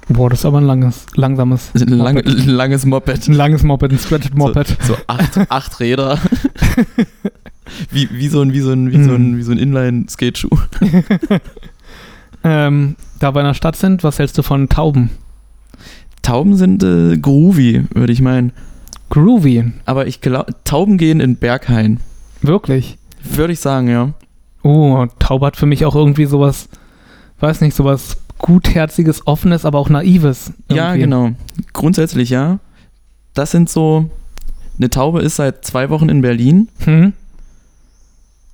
Speaker 2: Boah, das ist aber ein langes, langsames.
Speaker 1: Ist Ein lang,
Speaker 2: Moped.
Speaker 1: langes Moped.
Speaker 2: Ein langes Moped, ein Stretched Moped.
Speaker 1: So acht, acht Räder. wie, wie so ein, wie so ein, wie so ein, wie so ein Inline-Skateschuh.
Speaker 2: Ähm, da wir in der Stadt sind, was hältst du von Tauben?
Speaker 1: Tauben sind äh, groovy, würde ich meinen.
Speaker 2: Groovy,
Speaker 1: Aber ich glaube, Tauben gehen in Berghain.
Speaker 2: wirklich.
Speaker 1: Würde ich sagen, ja.
Speaker 2: Oh, Taube hat für mich auch irgendwie sowas, weiß nicht, sowas gutherziges, offenes, aber auch naives.
Speaker 1: Ja,
Speaker 2: irgendwie.
Speaker 1: genau. Grundsätzlich ja. Das sind so. Eine Taube ist seit zwei Wochen in Berlin
Speaker 2: Hm?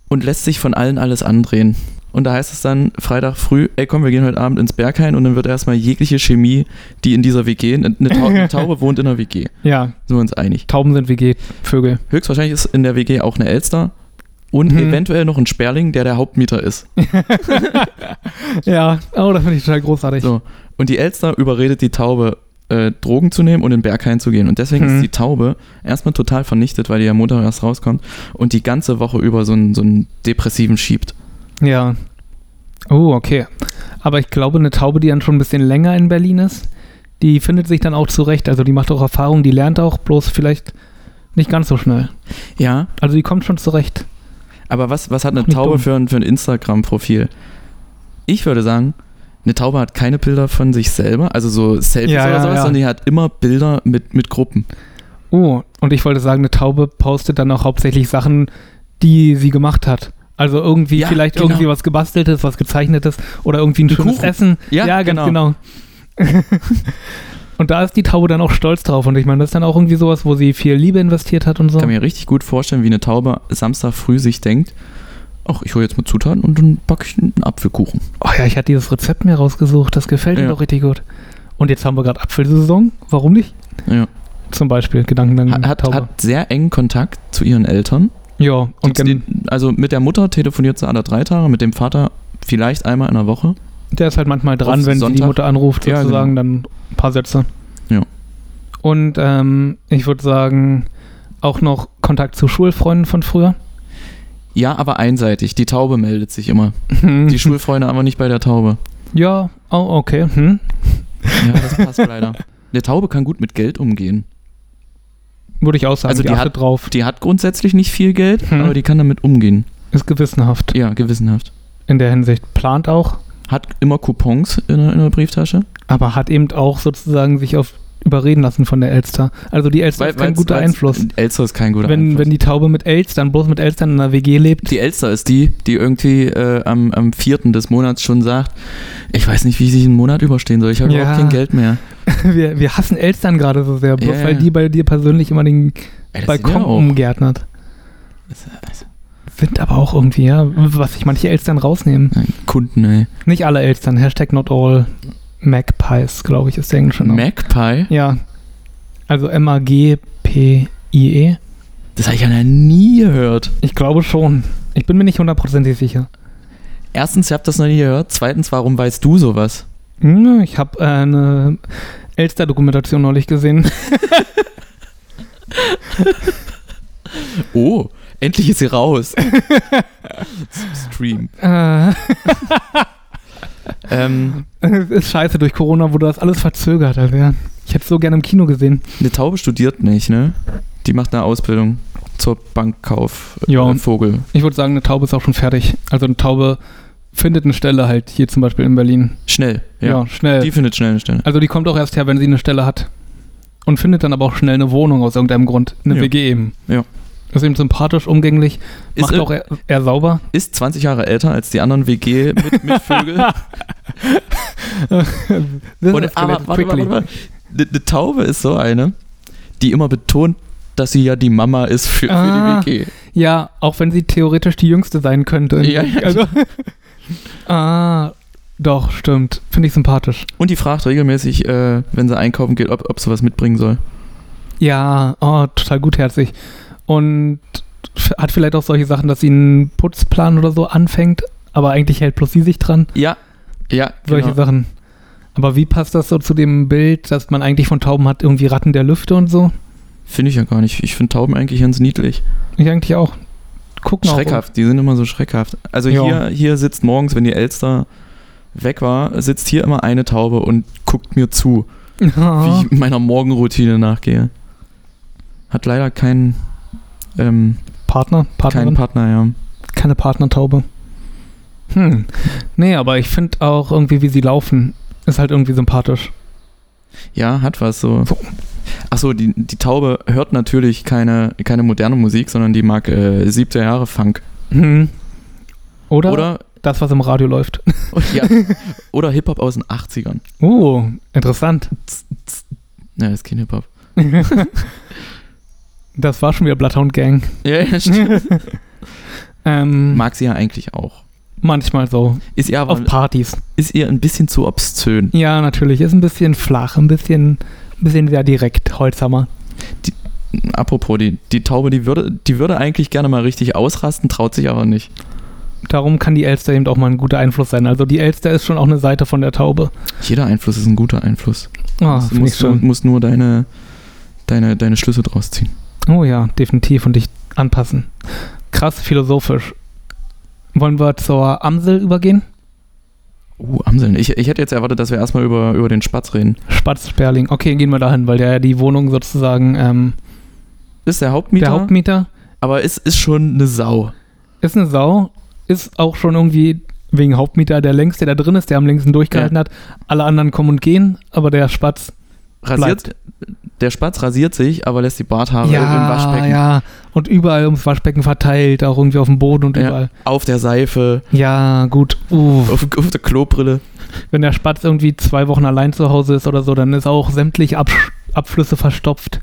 Speaker 1: und lässt sich von allen alles andrehen. Und da heißt es dann Freitag früh, ey komm, wir gehen heute Abend ins Berghain und dann wird erstmal jegliche Chemie, die in dieser WG, eine, Tau eine Taube wohnt in einer WG,
Speaker 2: Ja,
Speaker 1: sind wir uns einig.
Speaker 2: Tauben sind WG-Vögel.
Speaker 1: Höchstwahrscheinlich ist in der WG auch eine Elster und
Speaker 2: Mhm.
Speaker 1: eventuell noch ein Sperling, der der Hauptmieter ist.
Speaker 2: ja, oh, das finde ich total großartig.
Speaker 1: So. Und die Elster überredet die Taube, äh, Drogen zu nehmen und in den Berg einzugehen. Und deswegen
Speaker 2: Mhm.
Speaker 1: ist die Taube erstmal total vernichtet, weil die ja Montag erst rauskommt und die ganze Woche über so einen, so einen Depressiven schiebt.
Speaker 2: Ja. Oh, okay. Aber ich glaube, eine Taube, die dann schon ein bisschen länger in Berlin ist, die findet sich dann auch zurecht. Also die macht auch Erfahrung, die lernt auch, bloß vielleicht nicht ganz so schnell.
Speaker 1: Ja,
Speaker 2: Also die kommt schon zurecht.
Speaker 1: aber was, was hat eine
Speaker 2: Nicht
Speaker 1: Taube
Speaker 2: dumm.
Speaker 1: für ein, für ein Instagram-Profil? Ich würde sagen, eine Taube hat keine Bilder von sich selber, also so Selfies
Speaker 2: Ja,
Speaker 1: oder
Speaker 2: ja,
Speaker 1: sowas,
Speaker 2: ja.
Speaker 1: sondern die hat immer Bilder mit, mit Gruppen.
Speaker 2: Oh, und ich wollte sagen, eine Taube postet dann auch hauptsächlich Sachen, die sie gemacht hat. Also irgendwie
Speaker 1: Ja,
Speaker 2: vielleicht
Speaker 1: genau.
Speaker 2: irgendwie was gebasteltes, was gezeichnetes oder irgendwie ein
Speaker 1: Ein
Speaker 2: schönes
Speaker 1: Kuchen.
Speaker 2: Essen.
Speaker 1: Ja,
Speaker 2: ganz
Speaker 1: genau.
Speaker 2: genau. und da ist die Taube dann auch stolz drauf. Und ich meine, das ist dann auch irgendwie sowas, wo sie viel Liebe investiert hat und so.
Speaker 1: Ich kann mir richtig gut vorstellen, wie eine Taube Samstag früh sich denkt, ach, ich hole jetzt mal Zutaten und dann backe ich einen Apfelkuchen.
Speaker 2: Oh ja, ich hatte dieses Rezept mir rausgesucht. Das gefällt
Speaker 1: Ja.
Speaker 2: mir doch richtig gut. Und jetzt haben wir gerade Apfelsaison. Warum nicht?
Speaker 1: Ja.
Speaker 2: Zum Beispiel Gedanken
Speaker 1: Ha-
Speaker 2: dann
Speaker 1: Hat, hat sehr engen Kontakt zu ihren Eltern.
Speaker 2: ja, und
Speaker 1: Die-
Speaker 2: gen-
Speaker 1: die- also mit der Mutter telefoniert sie alle drei Tage, mit dem Vater vielleicht einmal in der Woche.
Speaker 2: der ist halt manchmal
Speaker 1: Auf
Speaker 2: dran, wenn sie die
Speaker 1: Sonntag.
Speaker 2: Mutter anruft,
Speaker 1: Ja, genau.
Speaker 2: sozusagen, dann ein paar Sätze.
Speaker 1: Ja.
Speaker 2: Und ähm, ich würde sagen, auch noch Kontakt zu Schulfreunden von früher.
Speaker 1: Ja, aber einseitig. Die Taube meldet sich immer. Die Schulfreunde aber nicht bei der Taube.
Speaker 2: ja, oh, okay. Hm.
Speaker 1: Ja, das passt leider. Eine Taube kann gut mit Geld umgehen.
Speaker 2: Würde ich auch sagen,
Speaker 1: Also die
Speaker 2: achtet drauf.
Speaker 1: Die hat grundsätzlich nicht viel Geld,
Speaker 2: Hm.
Speaker 1: aber die kann damit umgehen.
Speaker 2: Ist gewissenhaft
Speaker 1: Ja, gewissenhaft.
Speaker 2: in der Hinsicht. Plant auch,
Speaker 1: Hat immer Coupons in der, in der Brieftasche.
Speaker 2: aber hat eben auch sozusagen sich auf überreden lassen von der Elster. Also die Elster ist kein
Speaker 1: weil's-
Speaker 2: guter
Speaker 1: weil's-
Speaker 2: Einfluss.
Speaker 1: Elster ist kein guter
Speaker 2: wenn,
Speaker 1: Einfluss.
Speaker 2: wenn die Taube mit Elstern, bloß mit Elstern in einer WG lebt.
Speaker 1: Die Elster ist die, die irgendwie äh, am, am 4. des Monats schon sagt, ich weiß nicht, wie ich diesen Monat überstehen soll, ich habe
Speaker 2: Ja.
Speaker 1: überhaupt kein Geld mehr.
Speaker 2: Wir, wir hassen Elstern gerade so sehr, bloß
Speaker 1: Ja,
Speaker 2: weil
Speaker 1: ja.
Speaker 2: die bei dir persönlich immer den
Speaker 1: Ey, das sind
Speaker 2: Balkon
Speaker 1: ja auch-
Speaker 2: umgärtnert. Sind aber auch irgendwie, ja, was sich manche Elstern rausnehmen.
Speaker 1: Nein, Kunden, ey.
Speaker 2: Nicht alle Elstern, Hashtag not all Magpies, glaube ich, ist der englische Name.
Speaker 1: Magpie?
Speaker 2: Ja. Also M-A-G-P-I-E.
Speaker 1: Das habe ich ja noch nie gehört.
Speaker 2: E. Ich glaube schon. Ich bin mir nicht hundertprozentig sicher.
Speaker 1: Erstens, ich habe das noch nie gehört. Zweitens, warum weißt du sowas?
Speaker 2: Hm, Ich habe eine Elster-Dokumentation neulich gesehen.
Speaker 1: Oh, endlich ist sie raus. Stream.
Speaker 2: Äh,
Speaker 1: Ähm,
Speaker 2: Es ist scheiße, durch Corona wurde das alles verzögert. Also, ja. Ich hätte es so gerne im Kino gesehen.
Speaker 1: eine Taube studiert nicht, ne? Die macht eine Ausbildung zur Bankkauf. äh,
Speaker 2: Ja.
Speaker 1: Vogel.
Speaker 2: Ich würde sagen, eine Taube ist auch schon fertig. Also eine Taube findet eine Stelle halt hier zum Beispiel in Berlin.
Speaker 1: Schnell.
Speaker 2: Ja,
Speaker 1: Ja.
Speaker 2: schnell.
Speaker 1: Die findet schnell eine Stelle.
Speaker 2: also die kommt auch erst her, wenn sie eine Stelle hat. Und findet dann aber auch schnell eine Wohnung aus irgendeinem Grund. Eine
Speaker 1: Ja.
Speaker 2: WG eben.
Speaker 1: Ja.
Speaker 2: Ist eben sympathisch, umgänglich, macht
Speaker 1: ir-
Speaker 2: auch eher, eher sauber.
Speaker 1: ist 20 Jahre älter als die anderen WG mit, mit Vögel. Und, aber warte, warte, warte, warte. Eine eine Taube ist so eine, die immer betont, dass sie ja die Mama ist für, für
Speaker 2: Ah.
Speaker 1: die WG.
Speaker 2: Ja, auch wenn sie theoretisch die Jüngste sein könnte.
Speaker 1: Ja, ja.
Speaker 2: Also, ah, Doch, stimmt. Finde ich sympathisch.
Speaker 1: Und die fragt regelmäßig, äh, wenn sie einkaufen geht, ob, ob sie was mitbringen soll.
Speaker 2: Ja, oh, total gutherzig. Und f- hat vielleicht auch solche Sachen, dass sie einen Putzplan oder so anfängt, aber eigentlich hält bloß sie sich dran.
Speaker 1: Ja. Ja, genau.
Speaker 2: Solche Sachen. Aber wie passt das so zu dem Bild, dass man eigentlich von Tauben hat, irgendwie Ratten der Lüfte und so?
Speaker 1: Finde ich ja gar nicht. Ich finde Tauben eigentlich ganz niedlich.
Speaker 2: Ich eigentlich auch. Gucken
Speaker 1: Schreckhaft, die sind immer so schreckhaft. Also
Speaker 2: Ja.
Speaker 1: hier, hier sitzt morgens, wenn die Elster weg war, sitzt hier immer eine Taube und guckt mir zu,
Speaker 2: Auch.
Speaker 1: wie ich meiner Morgenroutine nachgehe. Hat leider keinen, ähm,
Speaker 2: Partner,
Speaker 1: keinen
Speaker 2: Partnerin,
Speaker 1: Partner, ja.
Speaker 2: keine Partnertaube. Hm. Nee, aber ich finde auch irgendwie, wie sie laufen, ist halt irgendwie sympathisch.
Speaker 1: Ja, hat was so.
Speaker 2: So.
Speaker 1: Achso, die, die Taube hört natürlich keine, keine moderne Musik, sondern die mag äh, siebte Jahre Funk.
Speaker 2: Hm. Oder,
Speaker 1: Oder,
Speaker 2: das, was im Radio läuft.
Speaker 1: ja, oder Hip-Hop aus den 80ern.
Speaker 2: Oh, interessant.
Speaker 1: Ja, das ist kein Hip-Hop.
Speaker 2: das war schon wieder Bloodhound Gang.
Speaker 1: Ja, ja, stimmt.
Speaker 2: ähm,
Speaker 1: Mag sie ja eigentlich auch.
Speaker 2: manchmal so.
Speaker 1: Ist ihr aber
Speaker 2: Auf Partys.
Speaker 1: ist ihr ein bisschen zu obszön.
Speaker 2: Ja, natürlich. Ist ein bisschen flach, ein bisschen, ein bisschen sehr direkt, Holzhammer.
Speaker 1: Apropos, die, die Taube, die würde, die würde eigentlich gerne mal richtig ausrasten, traut sich aber nicht.
Speaker 2: Darum kann die Elster eben auch mal ein guter Einfluss sein. Also die Elster ist schon auch eine Seite von der Taube.
Speaker 1: Jeder Einfluss ist ein guter Einfluss.
Speaker 2: Ah,
Speaker 1: du
Speaker 2: finde ich
Speaker 1: musst, nur,
Speaker 2: schon.
Speaker 1: musst nur deine, deine, deine Schlüsse draus ziehen.
Speaker 2: Oh ja, definitiv und dich anpassen. Krass philosophisch. Wollen wir zur Amsel übergehen?
Speaker 1: Uh, Amseln. Ich, ich hätte jetzt erwartet, dass wir erstmal über, über den Spatz reden.
Speaker 2: Spatz-Sperling. Okay, gehen wir dahin, weil der ja die Wohnung sozusagen ähm,
Speaker 1: Ist der Hauptmieter,
Speaker 2: der Hauptmieter
Speaker 1: aber es ist schon eine Sau.
Speaker 2: Ist eine Sau, ist auch schon irgendwie wegen Hauptmieter der längste, der da drin ist, der am längsten durchgehalten hat. Alle anderen kommen und gehen, aber der Spatz.
Speaker 1: Rasiert, Der Spatz rasiert sich, aber lässt die Barthaare im Waschbecken.
Speaker 2: ja. Und überall ums Waschbecken verteilt, auch irgendwie auf dem Boden und
Speaker 1: Ja.
Speaker 2: überall.
Speaker 1: Auf der Seife,
Speaker 2: Ja, gut. Uff.
Speaker 1: auf, auf der Klobrille.
Speaker 2: Wenn der Spatz irgendwie zwei Wochen allein zu Hause ist oder so, dann ist auch sämtlich Ab Abflüsse verstopft.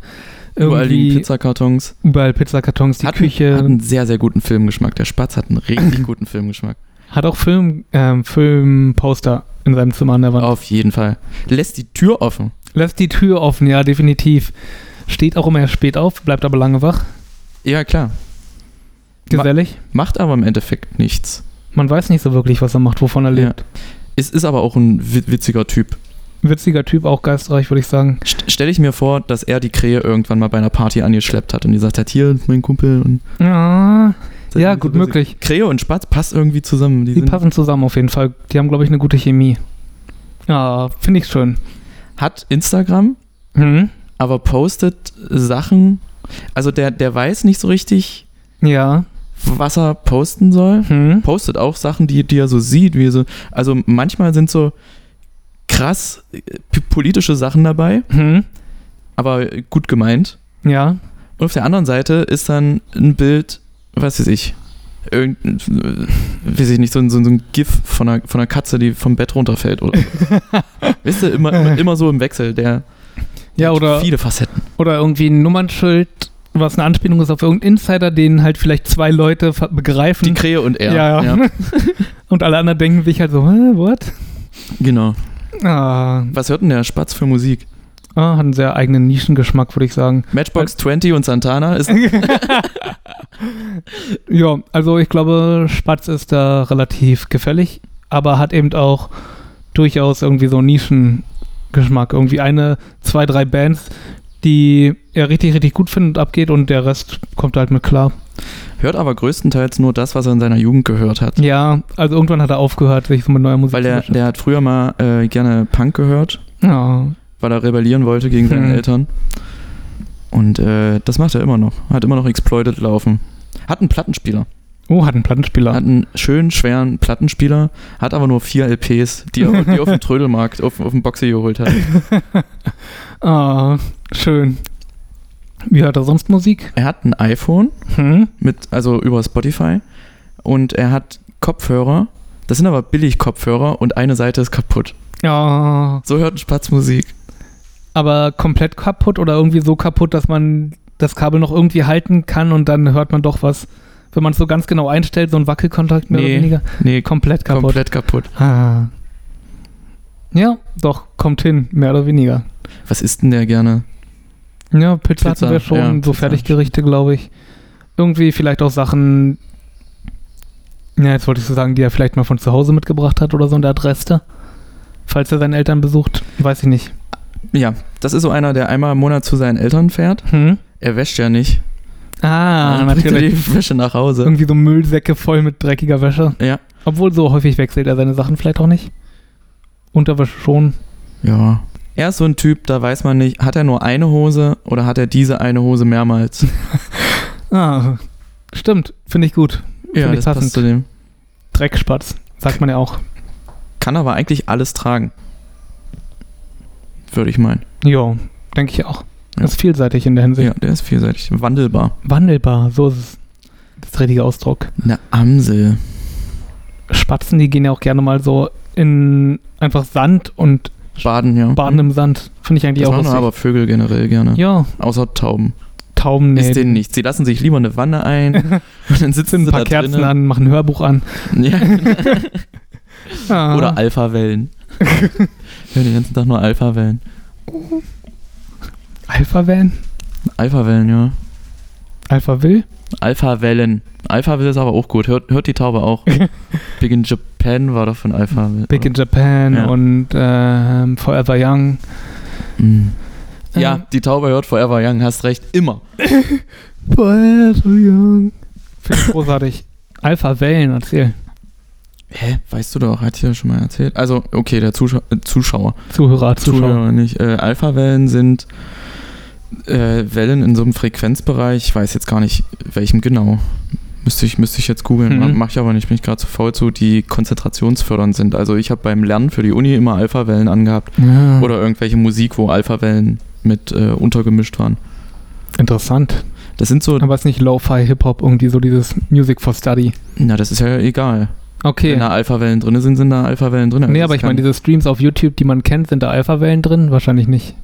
Speaker 1: Überall liegen
Speaker 2: Irgendwie
Speaker 1: Pizzakartons.
Speaker 2: überall Pizzakartons, die
Speaker 1: hat,
Speaker 2: Küche.
Speaker 1: hat einen sehr, sehr guten Filmgeschmack. Der Spatz hat einen richtig guten Filmgeschmack.
Speaker 2: Hat auch Film, ähm, Filmposter in seinem Zimmer an der Wand.
Speaker 1: Auf jeden Fall. Lässt die Tür offen.
Speaker 2: Lässt die Tür offen, ja, definitiv. Steht auch immer erst spät auf, bleibt aber lange wach.
Speaker 1: Ja, klar. Ma-
Speaker 2: Gesellig.
Speaker 1: Macht aber im Endeffekt nichts.
Speaker 2: Man weiß nicht so wirklich, was er macht, wovon er lebt.
Speaker 1: Es ist aber auch ein wi- witziger Typ.
Speaker 2: Witziger Typ, auch geistreich, würde ich sagen.
Speaker 1: St Stelle ich mir vor, dass er die Krähe irgendwann mal bei einer Party angeschleppt hat und gesagt hat, hier, mein Kumpel. Und
Speaker 2: Ja, ja
Speaker 1: irgendwie
Speaker 2: gut
Speaker 1: so witzig.
Speaker 2: möglich.
Speaker 1: Krähe und Spatz passt irgendwie zusammen.
Speaker 2: Die
Speaker 1: sind-
Speaker 2: passen zusammen auf jeden Fall. Die haben, glaube ich, eine gute Chemie. Ja, finde ich schön.
Speaker 1: hat Instagram,
Speaker 2: Hm?
Speaker 1: aber postet Sachen. Also der, der weiß nicht so richtig,
Speaker 2: Ja.
Speaker 1: was er posten soll.
Speaker 2: Hm?
Speaker 1: Postet auch Sachen, die, die er so sieht. Wie so, also manchmal sind so krass äh, p- politische Sachen dabei,
Speaker 2: Hm?
Speaker 1: aber gut gemeint.
Speaker 2: Ja.
Speaker 1: Und auf der anderen Seite ist dann ein Bild, was weiß ich, irgendein, äh, weiß ich nicht, so ein, so ein- so ein GIF von einer, von einer Katze, die vom Bett runterfällt. Oder, wisst ihr, immer, immer, immer so im Wechel. Der
Speaker 2: Ja,
Speaker 1: hat
Speaker 2: oder,
Speaker 1: viele Facetten.
Speaker 2: oder irgendwie ein Nummernschild, was eine Anspielung ist auf irgendeinen Insider, den halt vielleicht zwei Leute ver- begreifen.
Speaker 1: Die Krähe und er.
Speaker 2: Ja, ja. Und alle anderen denken sich halt so, hä, what?
Speaker 1: Genau.
Speaker 2: Ah,
Speaker 1: Was hört denn der Spatz für Musik?
Speaker 2: ah, hat einen sehr eigenen Nischengeschmack, würde ich sagen.
Speaker 1: Matchbox 20 und Santana
Speaker 2: äh,
Speaker 1: ist.
Speaker 2: Ja, also ich glaube, Spatz ist da relativ gefällig, aber hat eben auch durchaus irgendwie so einen Nischengeschmack. Irgendwie eine, zwei, drei Bands, die er richtig, richtig gut findet und abgeht und der Rest kommt halt mit klar.
Speaker 1: Hört aber größtenteils nur das, was er in seiner Jugend gehört hat.
Speaker 2: Ja, also irgendwann hat er aufgehört, sich so mit neuer Musik
Speaker 1: Weil der,
Speaker 2: zu
Speaker 1: der hat früher mal äh, gerne Punk gehört,
Speaker 2: beschäftigen. Ja,
Speaker 1: weil er rebellieren wollte gegen seine
Speaker 2: Hm.
Speaker 1: Eltern. Und äh, das macht er immer noch. Hat immer noch Exploited laufen. Hat einen Plattenspieler.
Speaker 2: Oh, hat einen Plattenspieler.
Speaker 1: Hat einen schönen, schweren Plattenspieler. Hat aber nur vier LPs, die er die er auf dem Trödelmarkt, auf, auf dem Boxer geholt hat.
Speaker 2: Ah, schön. Wie hört er sonst Musik?
Speaker 1: Er hat ein iPhone.
Speaker 2: Hm?
Speaker 1: mit, also über Spotify. Und er hat Kopfhörer. Das sind aber billig Kopfhörer und eine Seite ist kaputt.
Speaker 2: Ja,
Speaker 1: So hört ein Spatz Musik.
Speaker 2: aber komplett kaputt oder irgendwie so kaputt, dass man das Kabel noch irgendwie halten kann und dann hört man doch was. Wenn man es so ganz genau einstellt, so ein Wackelkontakt mehr
Speaker 1: Nee,
Speaker 2: oder weniger.
Speaker 1: Nee,
Speaker 2: Komplett kaputt.
Speaker 1: komplett kaputt.
Speaker 2: Ah, Ja, doch, kommt hin, mehr oder weniger.
Speaker 1: Was isst denn der gerne?
Speaker 2: Ja, Pizza, hatten
Speaker 1: Pizza,
Speaker 2: wir schon,
Speaker 1: ja,
Speaker 2: so
Speaker 1: Pizza.
Speaker 2: Fertiggerichte, glaube ich. Irgendwie vielleicht auch Sachen, ja, jetzt wollte ich so sagen, die er vielleicht mal von zu Hause mitgebracht hat oder so und der Adresse. Falls er seine Eltern besucht, weiß ich nicht.
Speaker 1: Ja, das ist so einer, der einmal im Monat zu seinen Eltern fährt.
Speaker 2: Hm?
Speaker 1: Er wäscht ja nicht.
Speaker 2: Ah,
Speaker 1: Dann bringt er
Speaker 2: natürlich.
Speaker 1: Die Wäsche nach Hause.
Speaker 2: Irgendwie so Müllsäcke voll mit dreckiger Wäsche.
Speaker 1: Ja.
Speaker 2: Obwohl so häufig wechselt er seine Sachen vielleicht auch nicht. Unterwäsche schon.
Speaker 1: Ja. Er ist so ein Typ, da weiß man nicht, hat er nur eine Hose oder hat er diese eine Hose mehrmals?
Speaker 2: Ah, stimmt. Finde ich gut.
Speaker 1: ja,
Speaker 2: ich
Speaker 1: das
Speaker 2: passend.
Speaker 1: passt zu dem.
Speaker 2: Dreckspatz, sagt man ja auch.
Speaker 1: Kann aber eigentlich alles tragen. Würde ich meinen.
Speaker 2: Jo, denke ich auch.
Speaker 1: Ja.
Speaker 2: Ist vielseitig in der Hinsicht.
Speaker 1: Ja, der ist vielseitig. Wandelbar.
Speaker 2: Wandelbar, so ist es. Das ist der richtige Ausdruck.
Speaker 1: Eine Amsel.
Speaker 2: Spatzen, die gehen ja auch gerne mal so in einfach Sand und
Speaker 1: Baden, ja.
Speaker 2: baden im Sand. Finde ich
Speaker 1: Mhm.
Speaker 2: eigentlich
Speaker 1: Das
Speaker 2: auch
Speaker 1: machen
Speaker 2: lustig.
Speaker 1: aber Vögel generell gerne.
Speaker 2: ja,
Speaker 1: Außer Tauben.
Speaker 2: Tauben, nee.
Speaker 1: Ist denen nichts. Sie lassen sich lieber eine Wanne ein und dann sitzen
Speaker 2: Zünden
Speaker 1: sie
Speaker 2: ein paar
Speaker 1: da
Speaker 2: Kerzen
Speaker 1: drinnen.
Speaker 2: an, machen ein Hörbuch an.
Speaker 1: Ja.
Speaker 2: Ah.
Speaker 1: Oder Alpha-Wellen. Hören den ganzen Tag nur Alpha-Wellen.
Speaker 2: Alpha Van?
Speaker 1: Alpha-Wellen, ja.
Speaker 2: Alpha Will?
Speaker 1: Alpha-Wellen. Alpha-Will ist aber auch gut. Hört, hört die Taube auch. Big in Japan war doch von Alpha-Will.
Speaker 2: Big in Japan
Speaker 1: Ja.
Speaker 2: und ähm, Forever Young.
Speaker 1: Mhm. Ja,
Speaker 2: Ähm,
Speaker 1: die Taube hört Forever Young, hast recht. Immer.
Speaker 2: Forever Young. Finde ich großartig. Alpha Wellen, erzähl.
Speaker 1: Hä? Weißt du doch, hat hier schon mal erzählt. Also, okay, der Zuschau äh, Zuschauer.
Speaker 2: Zuhörer, Zuschauer.
Speaker 1: Zuschauer nicht. Äh, Alpha-Wellen sind äh, Wellen in so einem Frequenzbereich. Ich weiß jetzt gar nicht, welchem genau. Müsste ich, müsste ich jetzt googeln.
Speaker 2: Mhm.
Speaker 1: Mach ich aber nicht. Bin ich gerade zu faul zu, die konzentrationsfördernd sind. Also, ich habe beim Lernen für die Uni immer Alpha-Wellen angehabt.
Speaker 2: Ja.
Speaker 1: Oder irgendwelche Musik, wo Alpha-Wellen mit äh, untergemischt waren.
Speaker 2: Interessant.
Speaker 1: Das sind so.
Speaker 2: Aber es ist nicht Lo-Fi, Hip-Hop, irgendwie so dieses Music for Study.
Speaker 1: Na, das ist ja egal.
Speaker 2: Okay.
Speaker 1: Wenn da Alpha-Wellen drin sind, sind da Alpha-Wellen drin.
Speaker 2: nee,
Speaker 1: Das
Speaker 2: aber ich
Speaker 1: kann-
Speaker 2: meine, diese Streams auf YouTube, die man kennt, sind da Alpha-Wellen drin? Wahrscheinlich nicht.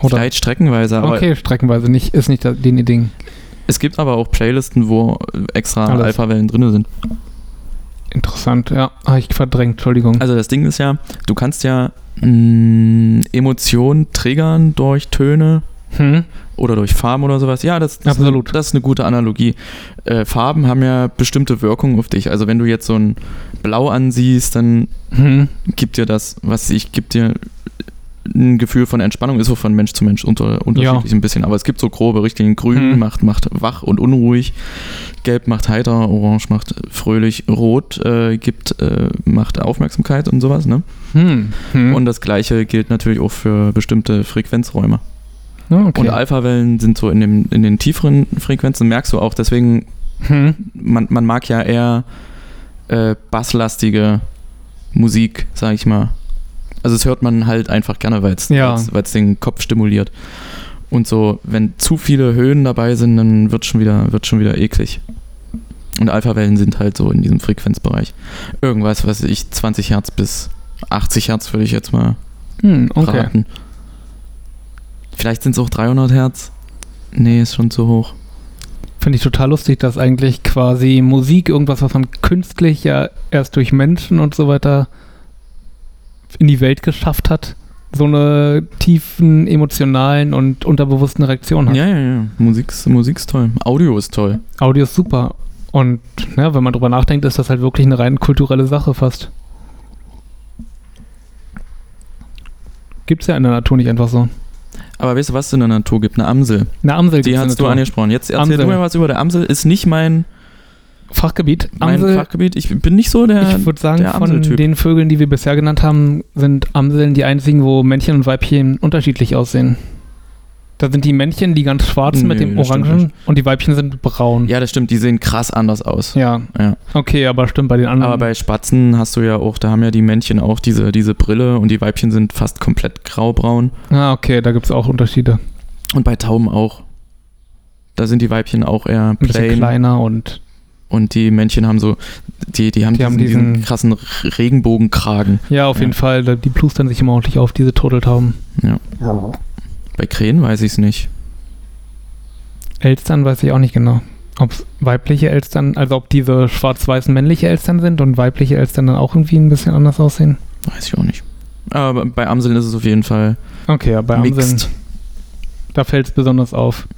Speaker 2: Oder?
Speaker 1: Vielleicht streckenweise, aber
Speaker 2: okay, streckenweise nicht. Ist nicht das den Ding.
Speaker 1: es gibt aber auch Playlisten, wo äh, extra
Speaker 2: Alles.
Speaker 1: Alpha-Wellen drin sind.
Speaker 2: Interessant, ja. Habe ich verdrängt, Entschuldigung.
Speaker 1: Also das Ding ist ja, du kannst ja mh, Emotionen triggern durch Töne
Speaker 2: Hm?
Speaker 1: oder durch Farben oder sowas. Ja, das, das,
Speaker 2: Absolut.
Speaker 1: das ist eine gute Analogie. Äh, Farben haben ja bestimmte Wirkungen auf dich. Also wenn du jetzt so ein Blau ansiehst, dann
Speaker 2: Hm?
Speaker 1: gibt dir das, was weiß ich, gibt dir ein Gefühl von Entspannung, ist so von Mensch zu Mensch unter, unterschiedlich ein bisschen, aber es gibt so grobe Richtlinien. Grün
Speaker 2: Hm.
Speaker 1: macht, macht wach und unruhig, Gelb macht heiter, Orange macht fröhlich, Rot äh, gibt, äh, macht Aufmerksamkeit und sowas, ne?
Speaker 2: Hm? Hm?
Speaker 1: Und das gleiche gilt natürlich auch für bestimmte Frequenzräume.
Speaker 2: Ja, Ah, okay.
Speaker 1: Und Alphawellen sind so in, dem, in den tieferen Frequenzen, merkst du auch, deswegen,
Speaker 2: hm?
Speaker 1: man, man mag ja eher äh, basslastige Musik, sag ich mal. Also es hört man halt einfach gerne, weil es
Speaker 2: Ja.
Speaker 1: weil's- weil's den Kopf stimuliert. Und so, wenn zu viele Höhen dabei sind, dann wird schon wieder, wird schon wieder eklig. Und Alphawellen sind halt so in diesem Frequenzbereich. Irgendwas, was weiß ich, 20 Hertz bis 80 Hertz würde ich jetzt mal
Speaker 2: Hm, okay.
Speaker 1: raten. Vielleicht sind es auch 300 Hertz. Nee, ist schon zu hoch.
Speaker 2: Finde ich total lustig, dass eigentlich quasi Musik, irgendwas, was man künstlich ja erst durch Menschen und so weiter in die Welt geschafft hat, so eine tiefen, emotionalen und unterbewussten Reaktion hat.
Speaker 1: Ja, ja, ja. Musik ist, Musik ist toll. Audio ist toll.
Speaker 2: Audio ist super. Und ja, wenn man drüber nachdenkt, ist das halt wirklich eine rein kulturelle Sache fast. Gibt's ja in der Natur nicht einfach so.
Speaker 1: Aber weißt du, was es in der Natur gibt? Eine Amsel.
Speaker 2: Eine Amsel
Speaker 1: Die
Speaker 2: gibt's in
Speaker 1: hast du
Speaker 2: der Natur.
Speaker 1: angesprochen. Jetzt erzähl
Speaker 2: Amsel.
Speaker 1: du mir was über der Amsel. Ist nicht mein,
Speaker 2: Fachgebiet.
Speaker 1: mein Fachgebiet. Ich bin nicht so der.
Speaker 2: Ich würde sagen,
Speaker 1: der
Speaker 2: von
Speaker 1: Amseltyp.
Speaker 2: den Vögeln, die wir bisher genannt haben, sind Amseln die einzigen, wo Männchen und Weibchen unterschiedlich aussehen. Da sind die Männchen die ganz schwarzen mit
Speaker 1: Nee,
Speaker 2: dem
Speaker 1: das stimmt
Speaker 2: Orangen und die Weibchen sind braun.
Speaker 1: ja, das stimmt. Die sehen krass anders aus.
Speaker 2: Ja.
Speaker 1: Ja.
Speaker 2: Okay, aber stimmt bei den anderen.
Speaker 1: Aber bei Spatzen hast du ja auch, da haben ja die Männchen auch diese, diese Brille und die Weibchen sind fast komplett graubraun.
Speaker 2: ah, okay, da gibt es auch Unterschiede.
Speaker 1: Und bei Tauben auch. Da sind die Weibchen auch eher
Speaker 2: Ein bisschen
Speaker 1: plain.
Speaker 2: kleiner und
Speaker 1: Und die Männchen haben so, die, die haben,
Speaker 2: Die
Speaker 1: diesen,
Speaker 2: haben
Speaker 1: diesen,
Speaker 2: diesen-
Speaker 1: krassen R- Regenbogenkragen.
Speaker 2: ja, auf
Speaker 1: Ja.
Speaker 2: jeden Fall, da- die plustern sich immer ordentlich auf, diese Turteltauben.
Speaker 1: Bei Krähen weiß ich es nicht.
Speaker 2: Elstern weiß ich auch nicht genau. Ob weibliche Elstern, also ob diese schwarz-weißen männliche Elstern sind und weibliche Elstern dann auch irgendwie ein bisschen anders aussehen.
Speaker 1: Weiß ich auch nicht. Aber bei Amseln ist es auf jeden Fall
Speaker 2: Okay, ja, bei Amseln,
Speaker 1: mixed.
Speaker 2: da fällt es besonders auf.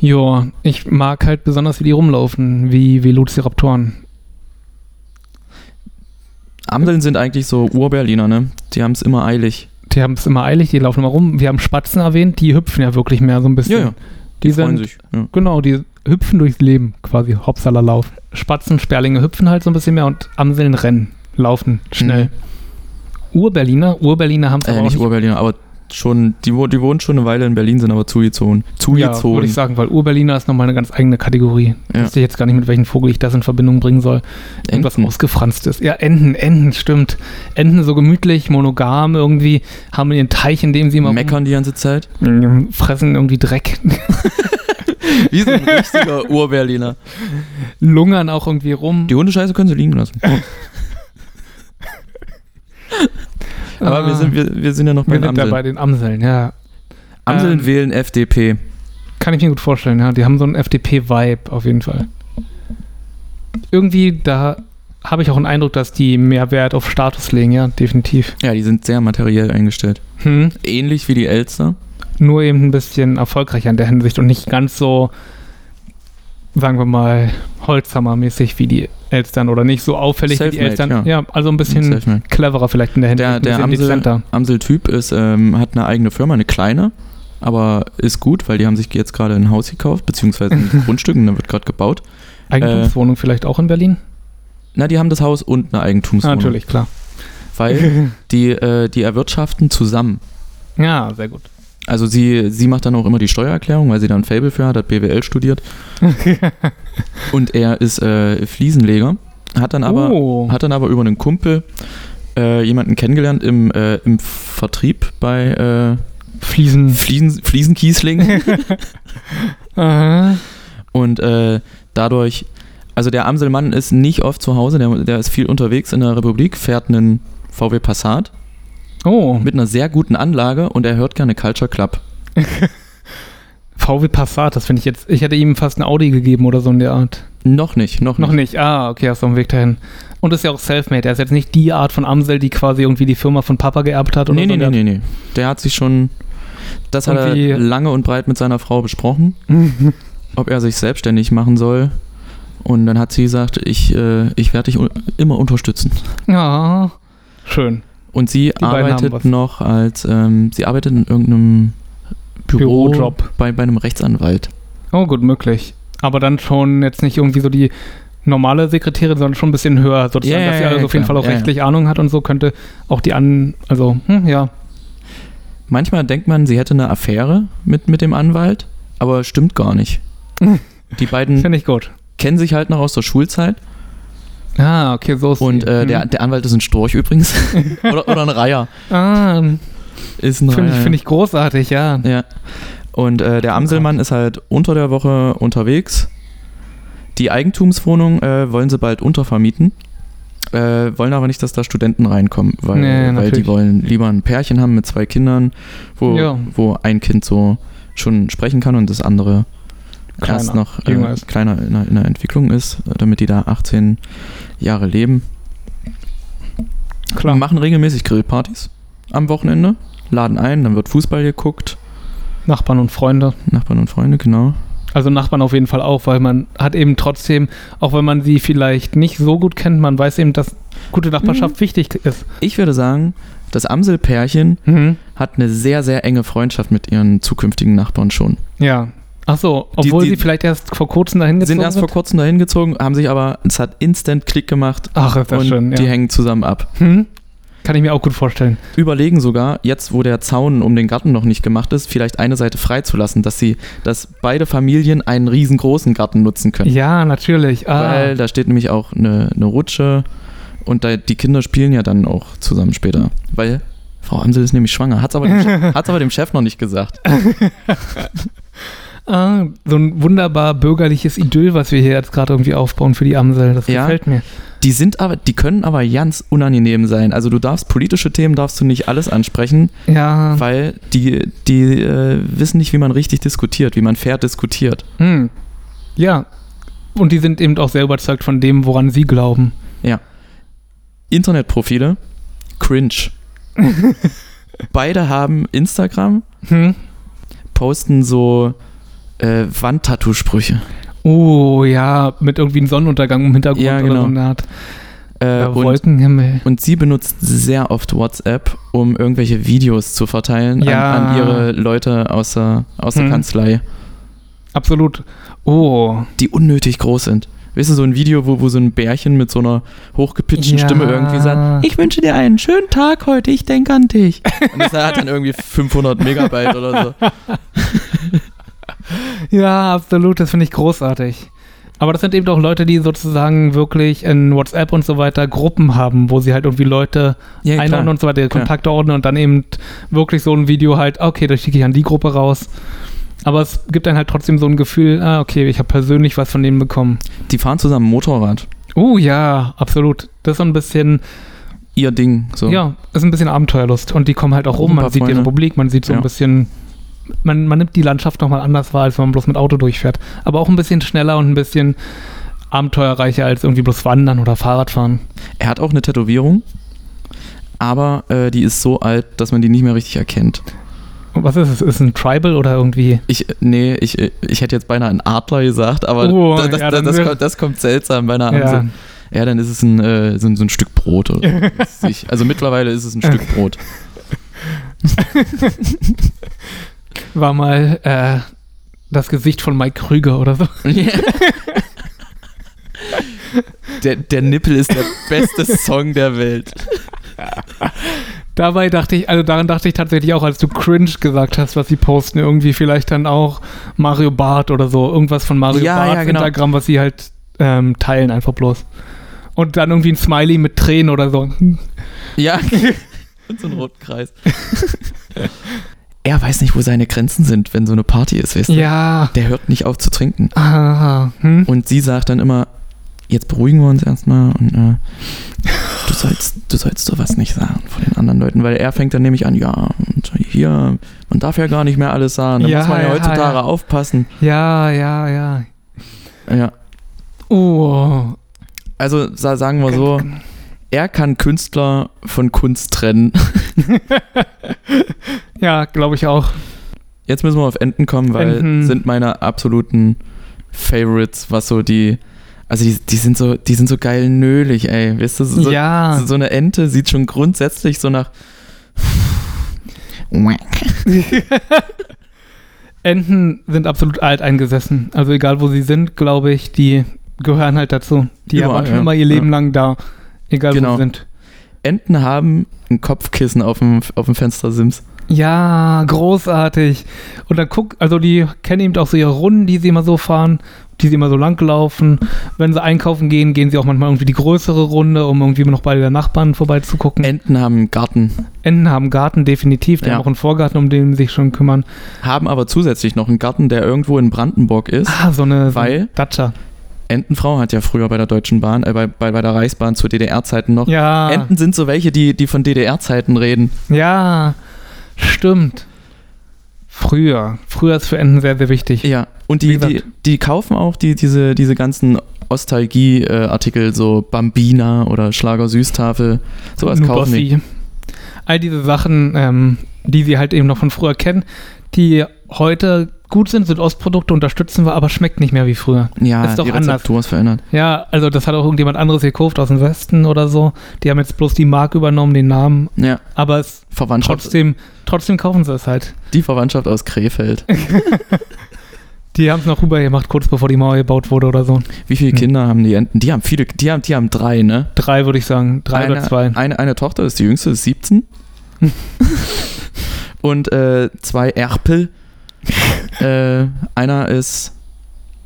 Speaker 2: Joa, ich mag halt besonders, wie die rumlaufen, wie Velociraptoren.
Speaker 1: Amseln sind eigentlich so Ur-Berliner, ne? Die haben es immer eilig.
Speaker 2: Die haben es immer eilig, die laufen immer rum. Wir haben Spatzen erwähnt, die hüpfen ja wirklich mehr so ein bisschen.
Speaker 1: Ja, ja.
Speaker 2: Die,
Speaker 1: Freuen
Speaker 2: sind,
Speaker 1: sich. Ja. Äh,
Speaker 2: Genau, die hüpfen durchs Leben quasi, Hopsalalauf. Spatzen, Sperlinge hüpfen halt so ein bisschen mehr und Amseln rennen, laufen schnell. Ur-Berliner, Ur-Berliner haben es
Speaker 1: Mhm. Äh,
Speaker 2: aber
Speaker 1: nicht
Speaker 2: auch
Speaker 1: Ur-Berliner, aber schon, die, wo- die wohnen schon eine Weile in Berlin, sind aber zugezogen.
Speaker 2: Ja, würde
Speaker 1: Zugezogen.
Speaker 2: ich sagen, weil Ur-Berliner ist nochmal eine ganz eigene Kategorie.
Speaker 1: Ja.
Speaker 2: Wüsste ich jetzt gar nicht, mit welchem Vogel ich das in Verbindung bringen soll. Irgendwas
Speaker 1: Enten.
Speaker 2: ausgefranstes. Ja, Enten, Enten, stimmt. Enten so gemütlich, monogam irgendwie, haben ihren Teich, in dem sie immer
Speaker 1: Meckern die ganze Zeit.
Speaker 2: rum- fressen irgendwie Dreck,
Speaker 1: Wie so ein richtiger Ur-Berliner.
Speaker 2: lungern auch irgendwie rum.
Speaker 1: Die Hundescheiße können sie liegen lassen.
Speaker 2: Oh.
Speaker 1: Aber
Speaker 2: Ah,
Speaker 1: wir, sind, wir, wir sind ja noch bei
Speaker 2: wir
Speaker 1: den
Speaker 2: sind da
Speaker 1: Amseln.
Speaker 2: bei den Amseln, ja.
Speaker 1: Amseln
Speaker 2: Ähm,
Speaker 1: wählen FDP.
Speaker 2: Kann ich mir gut vorstellen, ja. Die haben so einen FDP-Vibe auf jeden Fall. Irgendwie, da habe ich auch einen Eindruck, dass die mehr Wert auf Status legen, ja, definitiv.
Speaker 1: Ja, die sind sehr materiell eingestellt.
Speaker 2: Hm.
Speaker 1: Ähnlich wie die Elster.
Speaker 2: Nur eben ein bisschen erfolgreicher in der Hinsicht und nicht ganz so, sagen wir mal, Holzhammer-mäßig wie die Elstern oder nicht so auffällig wie die
Speaker 1: Selfmade,
Speaker 2: Elstern.
Speaker 1: ja.
Speaker 2: Ja. also ein bisschen
Speaker 1: Selfmade.
Speaker 2: cleverer vielleicht in der Hinsicht,
Speaker 1: Der,
Speaker 2: ein
Speaker 1: der
Speaker 2: bisschen
Speaker 1: Amsel, Amsel-Typ ist, ähm, hat eine eigene Firma, eine kleine, aber ist gut, weil die haben sich jetzt gerade ein Haus gekauft, beziehungsweise ein Grundstück und da wird gerade gebaut.
Speaker 2: Eigentumswohnung vielleicht auch in Berlin? Ah,
Speaker 1: Na, die haben das Haus und eine Eigentumswohnung.
Speaker 2: Natürlich, klar.
Speaker 1: Weil die, äh, die erwirtschaften zusammen.
Speaker 2: ja, sehr gut.
Speaker 1: Also sie, sie macht dann auch immer die Steuererklärung, weil sie da ein Fable für hat, hat BWL studiert und er ist äh, Fliesenleger, hat dann aber
Speaker 2: oh.
Speaker 1: hat dann aber über einen Kumpel äh, jemanden kennengelernt im, äh, im Vertrieb bei äh,
Speaker 2: Fliesen.
Speaker 1: Fliesen, Fliesenkiesling
Speaker 2: Aha.
Speaker 1: und äh, dadurch, also der Amselmann ist nicht oft zu Hause, der, der ist viel unterwegs in der Republik, fährt einen VW Passat
Speaker 2: Oh,
Speaker 1: mit einer sehr guten Anlage und er hört gerne Culture Club.
Speaker 2: VW Passat, das finde ich jetzt. Ich hätte ihm fast ein Audi gegeben oder so in der Art.
Speaker 1: Noch nicht, noch
Speaker 2: Noch
Speaker 1: nicht.
Speaker 2: nicht. Ah, okay, hast du einen Weg dahin. Und ist ja auch Selfmade. Er ist jetzt nicht die Art von Amsel, die quasi irgendwie die Firma von Papa geerbt hat oder
Speaker 1: Nee,
Speaker 2: so.
Speaker 1: nee, nee, nee, nee. Der hat sich schon, das hat er
Speaker 2: Irgendwie-
Speaker 1: lange und breit mit seiner Frau besprochen,
Speaker 2: nee.
Speaker 1: ob er sich selbstständig machen soll. Und dann hat sie gesagt, ich, äh, ich werde dich un immer unterstützen.
Speaker 2: ja. Schön.
Speaker 1: Und sie
Speaker 2: beiden haben
Speaker 1: arbeitet
Speaker 2: was.
Speaker 1: noch als, ähm, sie arbeitet in irgendeinem Büro
Speaker 2: Bürojob.
Speaker 1: Bei, bei einem Rechtsanwalt.
Speaker 2: Oh, gut möglich. Aber dann schon jetzt nicht irgendwie so die normale Sekretärin, sondern schon ein bisschen höher, sozusagen,
Speaker 1: Ja,
Speaker 2: dass sie
Speaker 1: ja,
Speaker 2: also
Speaker 1: ja,
Speaker 2: auf jeden
Speaker 1: klar.
Speaker 2: Fall auch
Speaker 1: Ja, ja.
Speaker 2: rechtlich Ahnung hat und so könnte auch die an, also hm, ja,
Speaker 1: Manchmal denkt man, sie hätte eine Affäre mit, mit dem Anwalt, aber stimmt gar nicht. Die beiden
Speaker 2: finde ich gut.
Speaker 1: kennen sich halt noch aus der Schulzeit
Speaker 2: Ah, okay, so ist
Speaker 1: und
Speaker 2: die.
Speaker 1: äh, der,
Speaker 2: Hm.
Speaker 1: der Anwalt ist ein Storch übrigens. oder, oder ein Reiher.
Speaker 2: ah,
Speaker 1: Ist ein
Speaker 2: finde ich,
Speaker 1: Reiher.
Speaker 2: finde ich großartig, ja.
Speaker 1: Ja. Und äh, der Amselmann ist halt unter der Woche unterwegs. Die Eigentumswohnung äh, wollen sie bald untervermieten. Äh, wollen aber nicht, dass da Studenten reinkommen, weil,
Speaker 2: Nee,
Speaker 1: weil die
Speaker 2: natürlich.
Speaker 1: wollen lieber ein Pärchen haben mit zwei Kindern, wo,
Speaker 2: Ja.
Speaker 1: wo ein Kind so schon sprechen kann und das andere
Speaker 2: Kleiner,
Speaker 1: erst noch
Speaker 2: jünger
Speaker 1: äh,
Speaker 2: ist.
Speaker 1: kleiner in der, in der Entwicklung ist, äh, damit die da 18 Jahre leben.
Speaker 2: Klar.
Speaker 1: Machen regelmäßig Grillpartys am Wochenende, laden ein, dann wird Fußball geguckt,
Speaker 2: Nachbarn und Freunde.
Speaker 1: Nachbarn und Freunde, genau.
Speaker 2: Also Nachbarn auf jeden Fall auch, weil man hat eben trotzdem, auch wenn man sie vielleicht nicht so gut kennt, man weiß eben, dass gute
Speaker 1: Mhm.
Speaker 2: Nachbarschaft wichtig ist.
Speaker 1: Ich würde sagen, das Amselpärchen hat eine sehr, sehr enge Freundschaft mit ihren zukünftigen Nachbarn schon.
Speaker 2: Ja. Ach so, obwohl
Speaker 1: die-
Speaker 2: sie vielleicht erst vor kurzem dahin
Speaker 1: sind
Speaker 2: gezogen
Speaker 1: erst vor kurzem dahin gezogen, haben sich aber, es hat instant Klick gemacht
Speaker 2: Ach, ist das
Speaker 1: und
Speaker 2: schön,
Speaker 1: die
Speaker 2: ja.
Speaker 1: hängen zusammen ab.
Speaker 2: Hm? Kann ich mir auch gut vorstellen.
Speaker 1: Überlegen sogar, jetzt wo der Zaun um den Garten noch nicht gemacht ist, vielleicht eine Seite freizulassen, dass sie, dass beide Familien einen riesengroßen Garten nutzen können.
Speaker 2: Ja, natürlich. Ah,
Speaker 1: Weil da steht nämlich auch eine, eine Rutsche und da, die Kinder spielen ja dann auch zusammen später. Weil Frau Amsel ist nämlich schwanger, hat es aber, dem Chef- hat's aber dem Chef noch nicht gesagt.
Speaker 2: ah, so ein wunderbar bürgerliches Idyll, was wir hier jetzt gerade irgendwie aufbauen für die Amsel. Das
Speaker 1: Ja.
Speaker 2: gefällt mir.
Speaker 1: Die sind aber, die können aber ganz unangenehm sein. Also du darfst politische Themen darfst du nicht alles ansprechen,
Speaker 2: Ja.
Speaker 1: weil die, die äh, wissen nicht, wie man richtig diskutiert, wie man fair diskutiert.
Speaker 2: Hm. Ja. Und die sind eben auch sehr überzeugt von dem, woran sie glauben.
Speaker 1: Internetprofile, cringe. Beide haben Instagram,
Speaker 2: Hm?
Speaker 1: posten so äh, Wandtattoo-Sprüche.
Speaker 2: Oh ja, mit irgendwie einem Sonnenuntergang im Hintergrund
Speaker 1: Ja,
Speaker 2: oder
Speaker 1: genau.
Speaker 2: so eine Art
Speaker 1: Äh,
Speaker 2: ja,
Speaker 1: und,
Speaker 2: Wolkenhimmel.
Speaker 1: und sie benutzt sehr oft WhatsApp, um irgendwelche Videos zu verteilen
Speaker 2: Ja.
Speaker 1: an, an ihre Leute aus der, aus der
Speaker 2: Hm.
Speaker 1: Kanzlei,
Speaker 2: Absolut. Oh.
Speaker 1: die unnötig groß sind. Weißt du, so ein Video, wo, wo so ein Bärchen mit so einer hochgepitchten
Speaker 2: Ja.
Speaker 1: Stimme irgendwie sagt, ich wünsche dir einen schönen Tag heute, ich denke an dich. Und das hat dann irgendwie 500 Megabyte oder so.
Speaker 2: Ja, absolut. Das finde ich großartig. Aber das sind eben auch Leute, die sozusagen wirklich in WhatsApp und so weiter Gruppen haben, wo sie halt irgendwie Leute
Speaker 1: Ja, klar.
Speaker 2: einladen und so weiter, ihre
Speaker 1: Klar.
Speaker 2: Kontakte ordnen und dann eben wirklich so ein Video halt, okay, das schicke ich an die Gruppe raus. Aber es gibt dann halt trotzdem so ein Gefühl, ah, okay, ich habe persönlich was von denen bekommen.
Speaker 1: Die fahren zusammen Motorrad.
Speaker 2: Oh ja, absolut. Das ist so ein bisschen,
Speaker 1: Ihr Ding. So.
Speaker 2: ja, ist ein bisschen Abenteuerlust. Und die kommen halt auch rum,
Speaker 1: Ein paar
Speaker 2: man sieht die
Speaker 1: Freunde.
Speaker 2: Republik, man sieht so
Speaker 1: Ja.
Speaker 2: ein bisschen, man, man nimmt die Landschaft nochmal anders wahr, als wenn man bloß mit Auto durchfährt. Aber auch ein bisschen schneller und ein bisschen abenteuerreicher als irgendwie bloß wandern oder Fahrradfahren.
Speaker 1: Er hat auch eine Tätowierung, aber äh, die ist so alt, dass man die nicht mehr richtig erkennt.
Speaker 2: Und was ist es? Ist es ein Tribal oder irgendwie?
Speaker 1: Ich, äh, nee, ich, äh, ich hätte jetzt beinahe einen Adler gesagt, aber
Speaker 2: Oh,
Speaker 1: da- das,
Speaker 2: ja,
Speaker 1: das,
Speaker 2: dann
Speaker 1: das,
Speaker 2: wär-
Speaker 1: kommt, das kommt seltsam bei einer Amsel. Ja, dann ist es ein, äh, so, ein- so ein Stück Brot. Oder so. Ich- also mittlerweile ist es ein Stück Brot.
Speaker 2: war mal äh, das Gesicht von Mike Krüger oder so.
Speaker 1: der, der Nippel ist der beste Song der Welt.
Speaker 2: Dabei dachte ich, also daran dachte ich tatsächlich auch, als du cringe gesagt hast, was sie posten, irgendwie vielleicht dann auch Mario Barth oder so, irgendwas von Mario
Speaker 1: Ja,
Speaker 2: Barth
Speaker 1: ja, genau.
Speaker 2: Instagram, was sie halt ähm, teilen einfach bloß. Und dann irgendwie ein Smiley mit Tränen oder so. Hm,
Speaker 1: Ja. Und so ein roten Kreis. er weiß nicht, wo seine Grenzen sind, wenn so eine Party ist, weißt du?
Speaker 2: Ja.
Speaker 1: Der hört nicht auf zu trinken.
Speaker 2: Ah, hm?
Speaker 1: Und sie sagt dann immer, jetzt beruhigen wir uns erstmal und äh, du sollst, du sollst sowas nicht sagen vor den anderen Leuten, weil er fängt dann nämlich an, ja, und hier, man darf ja gar nicht mehr alles sagen, da
Speaker 2: Ja,
Speaker 1: muss man ja,
Speaker 2: ja,
Speaker 1: heutzutage
Speaker 2: ja.
Speaker 1: aufpassen.
Speaker 2: Ja, ja, ja.
Speaker 1: Ja.
Speaker 2: Oh.
Speaker 1: Also sa- sagen wir so, er kann Künstler von Kunst trennen.
Speaker 2: Ja, glaube ich auch.
Speaker 1: Jetzt müssen wir auf Enten kommen, weil
Speaker 2: Enten.
Speaker 1: sind meine absoluten Favorites, was so die, also die, die sind so, die sind so geil nölig, ey. Weißt du, so,
Speaker 2: ja.
Speaker 1: So, so eine Ente sieht schon grundsätzlich so nach.
Speaker 2: Enten sind absolut alteingesessen. Also egal wo sie sind, glaube ich, die gehören halt dazu. Die
Speaker 1: Überall,
Speaker 2: waren schon
Speaker 1: ja.
Speaker 2: immer ihr Leben lang da. Egal wo
Speaker 1: Genau.
Speaker 2: sie sind.
Speaker 1: Enten haben ein Kopfkissen auf dem, auf dem Fenstersims.
Speaker 2: Ja, großartig. Und dann guck, also die kennen eben auch so ihre Runden, die sie immer so fahren, die sie immer so lang laufen. Wenn sie einkaufen gehen, gehen sie auch manchmal irgendwie die größere Runde, um irgendwie noch bei der Nachbarn vorbeizugucken.
Speaker 1: Enten haben einen Garten,
Speaker 2: Enten haben Garten definitiv, die
Speaker 1: Ja.
Speaker 2: haben auch einen Vorgarten, um den sie sich schon kümmern.
Speaker 1: haben aber zusätzlich noch einen Garten, der irgendwo in Brandenburg ist.
Speaker 2: Ah, so eine so eine
Speaker 1: Weil?
Speaker 2: Datscha.
Speaker 1: Entenfrau hat ja früher bei der Deutschen Bahn, äh, bei, bei, bei der Reichsbahn zu DDR-Zeiten noch.
Speaker 2: Ja.
Speaker 1: Enten sind so welche, die, die von DDR-Zeiten reden.
Speaker 2: Ja, stimmt. Früher. Früher ist für Enten sehr, sehr wichtig.
Speaker 1: Ja. Und
Speaker 2: Wie
Speaker 1: die,
Speaker 2: gesagt.
Speaker 1: die, die kaufen auch die, diese, diese ganzen Ostalgie-Artikel, so Bambina oder Schlager Süßtafel. Sowas kaufen die.
Speaker 2: Nubossi. All diese Sachen, ähm, die sie halt eben noch von früher kennen, die heute gut sind, sind Ostprodukte, unterstützen wir, aber schmeckt nicht mehr wie früher.
Speaker 1: Ja,
Speaker 2: Ist doch
Speaker 1: die
Speaker 2: anders.
Speaker 1: Rezeptur ist verändert.
Speaker 2: Ja, also das hat auch irgendjemand anderes gekauft aus dem Westen oder so. Die haben jetzt bloß die Marke übernommen, den Namen,
Speaker 1: Ja,
Speaker 2: aber es
Speaker 1: Verwandtschaft.
Speaker 2: trotzdem, trotzdem kaufen sie es halt.
Speaker 1: Die Verwandtschaft aus Krefeld.
Speaker 2: Die haben es noch rüber gemacht, kurz bevor die Mauer gebaut wurde oder so.
Speaker 1: Wie viele
Speaker 2: Hm.
Speaker 1: Kinder haben die Enten? Die haben viele, die haben, die haben drei, ne?
Speaker 2: Drei würde ich sagen, drei
Speaker 1: eine,
Speaker 2: oder zwei.
Speaker 1: Eine, eine Tochter ist die jüngste, ist 17. Und äh, zwei Erpel. äh, einer ist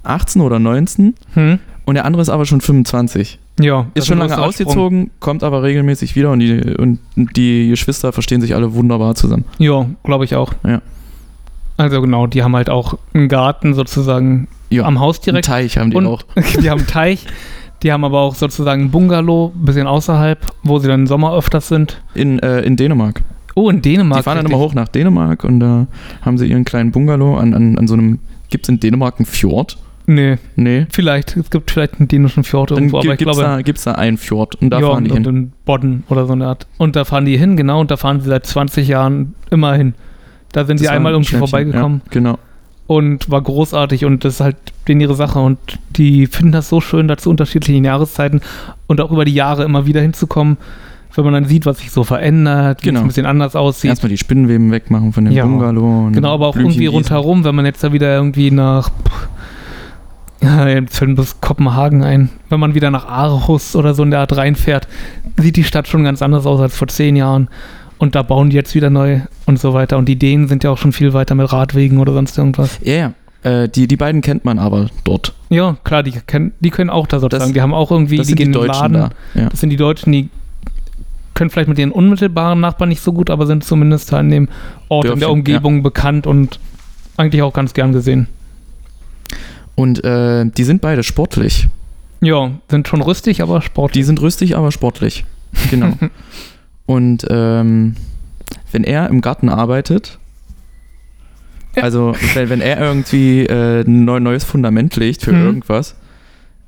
Speaker 1: 18 oder 19
Speaker 2: Hm?
Speaker 1: und der andere ist aber schon 25.
Speaker 2: Ja, das
Speaker 1: Ist schon
Speaker 2: ein
Speaker 1: lange
Speaker 2: Also großer Sprung.
Speaker 1: ausgezogen, kommt aber regelmäßig wieder und die, und die Geschwister verstehen sich alle wunderbar zusammen.
Speaker 2: Ja, glaube ich auch.
Speaker 1: Ja.
Speaker 2: Also genau, die haben halt auch einen Garten sozusagen
Speaker 1: Ja,
Speaker 2: am Haus
Speaker 1: Einen
Speaker 2: direkt.
Speaker 1: Teich haben die
Speaker 2: Und-
Speaker 1: auch.
Speaker 2: Die haben einen Teich. Die haben aber auch sozusagen ein Bungalow, ein bisschen außerhalb, wo sie dann im Sommer öfters sind.
Speaker 1: In, äh, in Dänemark.
Speaker 2: Oh, in Dänemark.
Speaker 1: Die fahren dann
Speaker 2: richtig.
Speaker 1: immer hoch nach Dänemark und da haben sie ihren kleinen Bungalow an, an, an so einem. Gibt es in Dänemark einen Fjord?
Speaker 2: Nee,
Speaker 1: Nee.
Speaker 2: vielleicht. Es gibt vielleicht einen dänischen Fjord
Speaker 1: Dann
Speaker 2: irgendwo,
Speaker 1: gibt
Speaker 2: aber
Speaker 1: es
Speaker 2: ich glaube.
Speaker 1: da, gibt's da einen Fjord und da
Speaker 2: ja,
Speaker 1: fahren die
Speaker 2: und
Speaker 1: hin.
Speaker 2: in Bodden oder so eine Art. Und da fahren die hin, genau, und da fahren sie seit 20 Jahren immer hin. Da sind
Speaker 1: Das
Speaker 2: die
Speaker 1: war
Speaker 2: einmal
Speaker 1: ein
Speaker 2: irgendwie
Speaker 1: Schnäppchen,
Speaker 2: vorbeigekommen
Speaker 1: Ja, genau.
Speaker 2: und war großartig und das ist halt denen ihre Sache und die finden das so schön, da zu unterschiedlichen Jahreszeiten und auch über die Jahre immer wieder hinzukommen, wenn man dann sieht, was sich so verändert, wie es
Speaker 1: Genau.
Speaker 2: ein bisschen anders aussieht.
Speaker 1: Erstmal die Spinnenweben wegmachen von dem
Speaker 2: Ja.
Speaker 1: Bungalow. Und
Speaker 2: Genau, aber auch
Speaker 1: Blümchen
Speaker 2: irgendwie
Speaker 1: gießen.
Speaker 2: rundherum, wenn man jetzt da wieder irgendwie nach. Ja, jetzt fällt mir bloß Kopenhagen ein. Wenn man wieder nach Aarhus oder so in der Art reinfährt, sieht die Stadt schon ganz anders aus als vor zehn Jahren. Und da bauen die jetzt wieder neu und so weiter. Und die Dänen sind ja auch schon viel weiter mit Radwegen oder sonst irgendwas.
Speaker 1: Ja, ja. Äh, die, die beiden kennt man aber dort.
Speaker 2: Ja, klar, die, kennen, die können auch da sozusagen.
Speaker 1: Das-
Speaker 2: die haben auch irgendwie,
Speaker 1: Das sind
Speaker 2: gehen
Speaker 1: die
Speaker 2: in den
Speaker 1: Deutschen da. Ja.
Speaker 2: Das sind die Deutschen, die können vielleicht mit ihren unmittelbaren Nachbarn nicht so gut, aber sind zumindest an dem Ort in der
Speaker 1: Dörfchen,
Speaker 2: Umgebung bekannt und eigentlich auch ganz gern gesehen.
Speaker 1: Und äh, die sind beide sportlich.
Speaker 2: Ja, sind schon rüstig, aber sportlich.
Speaker 1: Die sind rüstig, aber sportlich. Genau. Und ähm, wenn er im Garten arbeitet,
Speaker 2: Ja.
Speaker 1: also wenn, wenn er irgendwie äh, ein neu, neues Fundament legt für
Speaker 2: Mhm.
Speaker 1: irgendwas,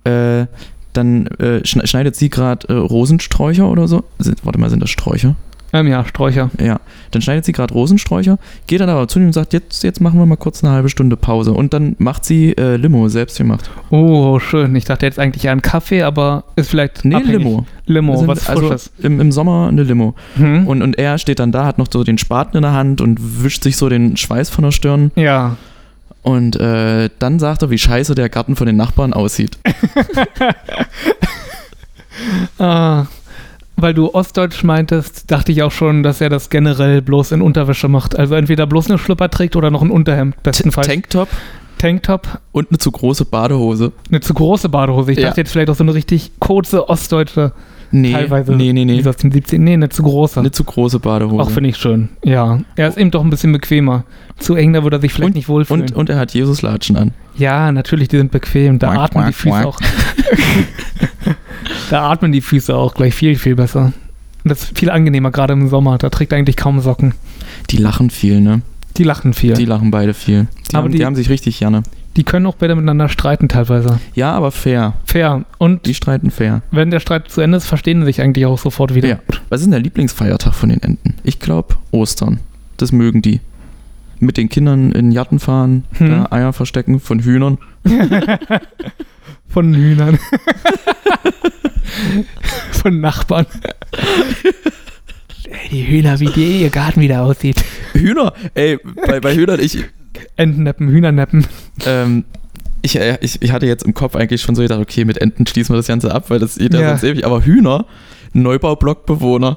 Speaker 1: äh, dann äh, schn- schneidet sie gerade äh, Rosensträucher oder so. Sind, warte mal, sind das Sträucher?
Speaker 2: Ähm, ja, Sträucher.
Speaker 1: Ja. Dann schneidet sie gerade Rosensträucher, geht dann aber zu ihm und sagt, jetzt, jetzt machen wir mal kurz eine halbe Stunde Pause. Und dann macht sie äh, Limo selbst gemacht.
Speaker 2: Oh, schön. Ich dachte jetzt eigentlich eher an Kaffee, aber ist vielleicht
Speaker 1: Nee,
Speaker 2: abhängig.
Speaker 1: Limo.
Speaker 2: Limo,
Speaker 1: Also-
Speaker 2: was Frisches.
Speaker 1: also im, im Sommer eine Limo.
Speaker 2: Hm?
Speaker 1: Und, und er steht dann da, hat noch so den Spaten in der Hand und wischt sich so den Schweiß von der Stirn.
Speaker 2: ja.
Speaker 1: Und äh, dann sagt er, wie scheiße der Garten von den Nachbarn aussieht.
Speaker 2: Äh, Ah, weil du Ostdeutsch meintest, dachte ich auch schon, dass er das generell bloß in Unterwäsche macht. Also entweder bloß eine Schlüpper trägt oder noch ein Unterhemd. Bestenfalls
Speaker 1: Tanktop
Speaker 2: Tanktop,
Speaker 1: und eine zu große Badehose.
Speaker 2: eine zu große Badehose. Ich
Speaker 1: Ja.
Speaker 2: dachte jetzt vielleicht auch so eine richtig kurze Ostdeutsche.
Speaker 1: Nee,
Speaker 2: Teilweise.
Speaker 1: nee, nee,
Speaker 2: Nee.
Speaker 1: nee.
Speaker 2: Aus dem 17. Nee, eine zu große.
Speaker 1: Eine zu große Badehose.
Speaker 2: Auch finde ich schön. Ja. Er ist eben doch ein bisschen bequemer. Zu eng, da würde er sich vielleicht nicht wohlfühlen.
Speaker 1: und, und er hat Jesus-Latschen an.
Speaker 2: Ja, natürlich, die sind bequem. Da
Speaker 1: Quack,
Speaker 2: atmen die
Speaker 1: quack,
Speaker 2: Füße
Speaker 1: quack.
Speaker 2: auch. da atmen die Füße auch gleich viel, viel besser. Und das ist viel angenehmer, gerade im Sommer. Da trägt eigentlich kaum Socken.
Speaker 1: Die lachen viel, ne?
Speaker 2: Die lachen viel.
Speaker 1: Die
Speaker 2: Die,
Speaker 1: lachen beide viel. Die,
Speaker 2: Aber
Speaker 1: haben,
Speaker 2: die-
Speaker 1: die haben sich richtig gerne.
Speaker 2: können auch beide miteinander streiten teilweise.
Speaker 1: Ja, aber fair.
Speaker 2: Fair. Und
Speaker 1: Die streiten fair.
Speaker 2: wenn der Streit zu Ende ist, verstehen sie sich eigentlich auch sofort wieder.
Speaker 1: Ja. Was ist denn der Lieblingsfeiertag von den Enten? Ich glaube, Ostern. Das mögen die. Mit den Kindern in Jatten fahren,
Speaker 2: Hm.
Speaker 1: da Eier verstecken von Hühnern.
Speaker 2: Von Hühnern. Von Nachbarn. Ey, die Hühner, wie die ihr Garten wieder aussieht.
Speaker 1: Hühner, ey, bei, bei Hühnern, ich,
Speaker 2: Entenneppen, Hühnerneppen.
Speaker 1: ähm, ich, äh, ich, ich hatte jetzt im Kopf eigentlich schon so gedacht, okay, mit Enten schließen wir das Ganze ab, weil das geht ja
Speaker 2: Ja.
Speaker 1: sonst ewig. Aber Hühner, Neubaublockbewohner,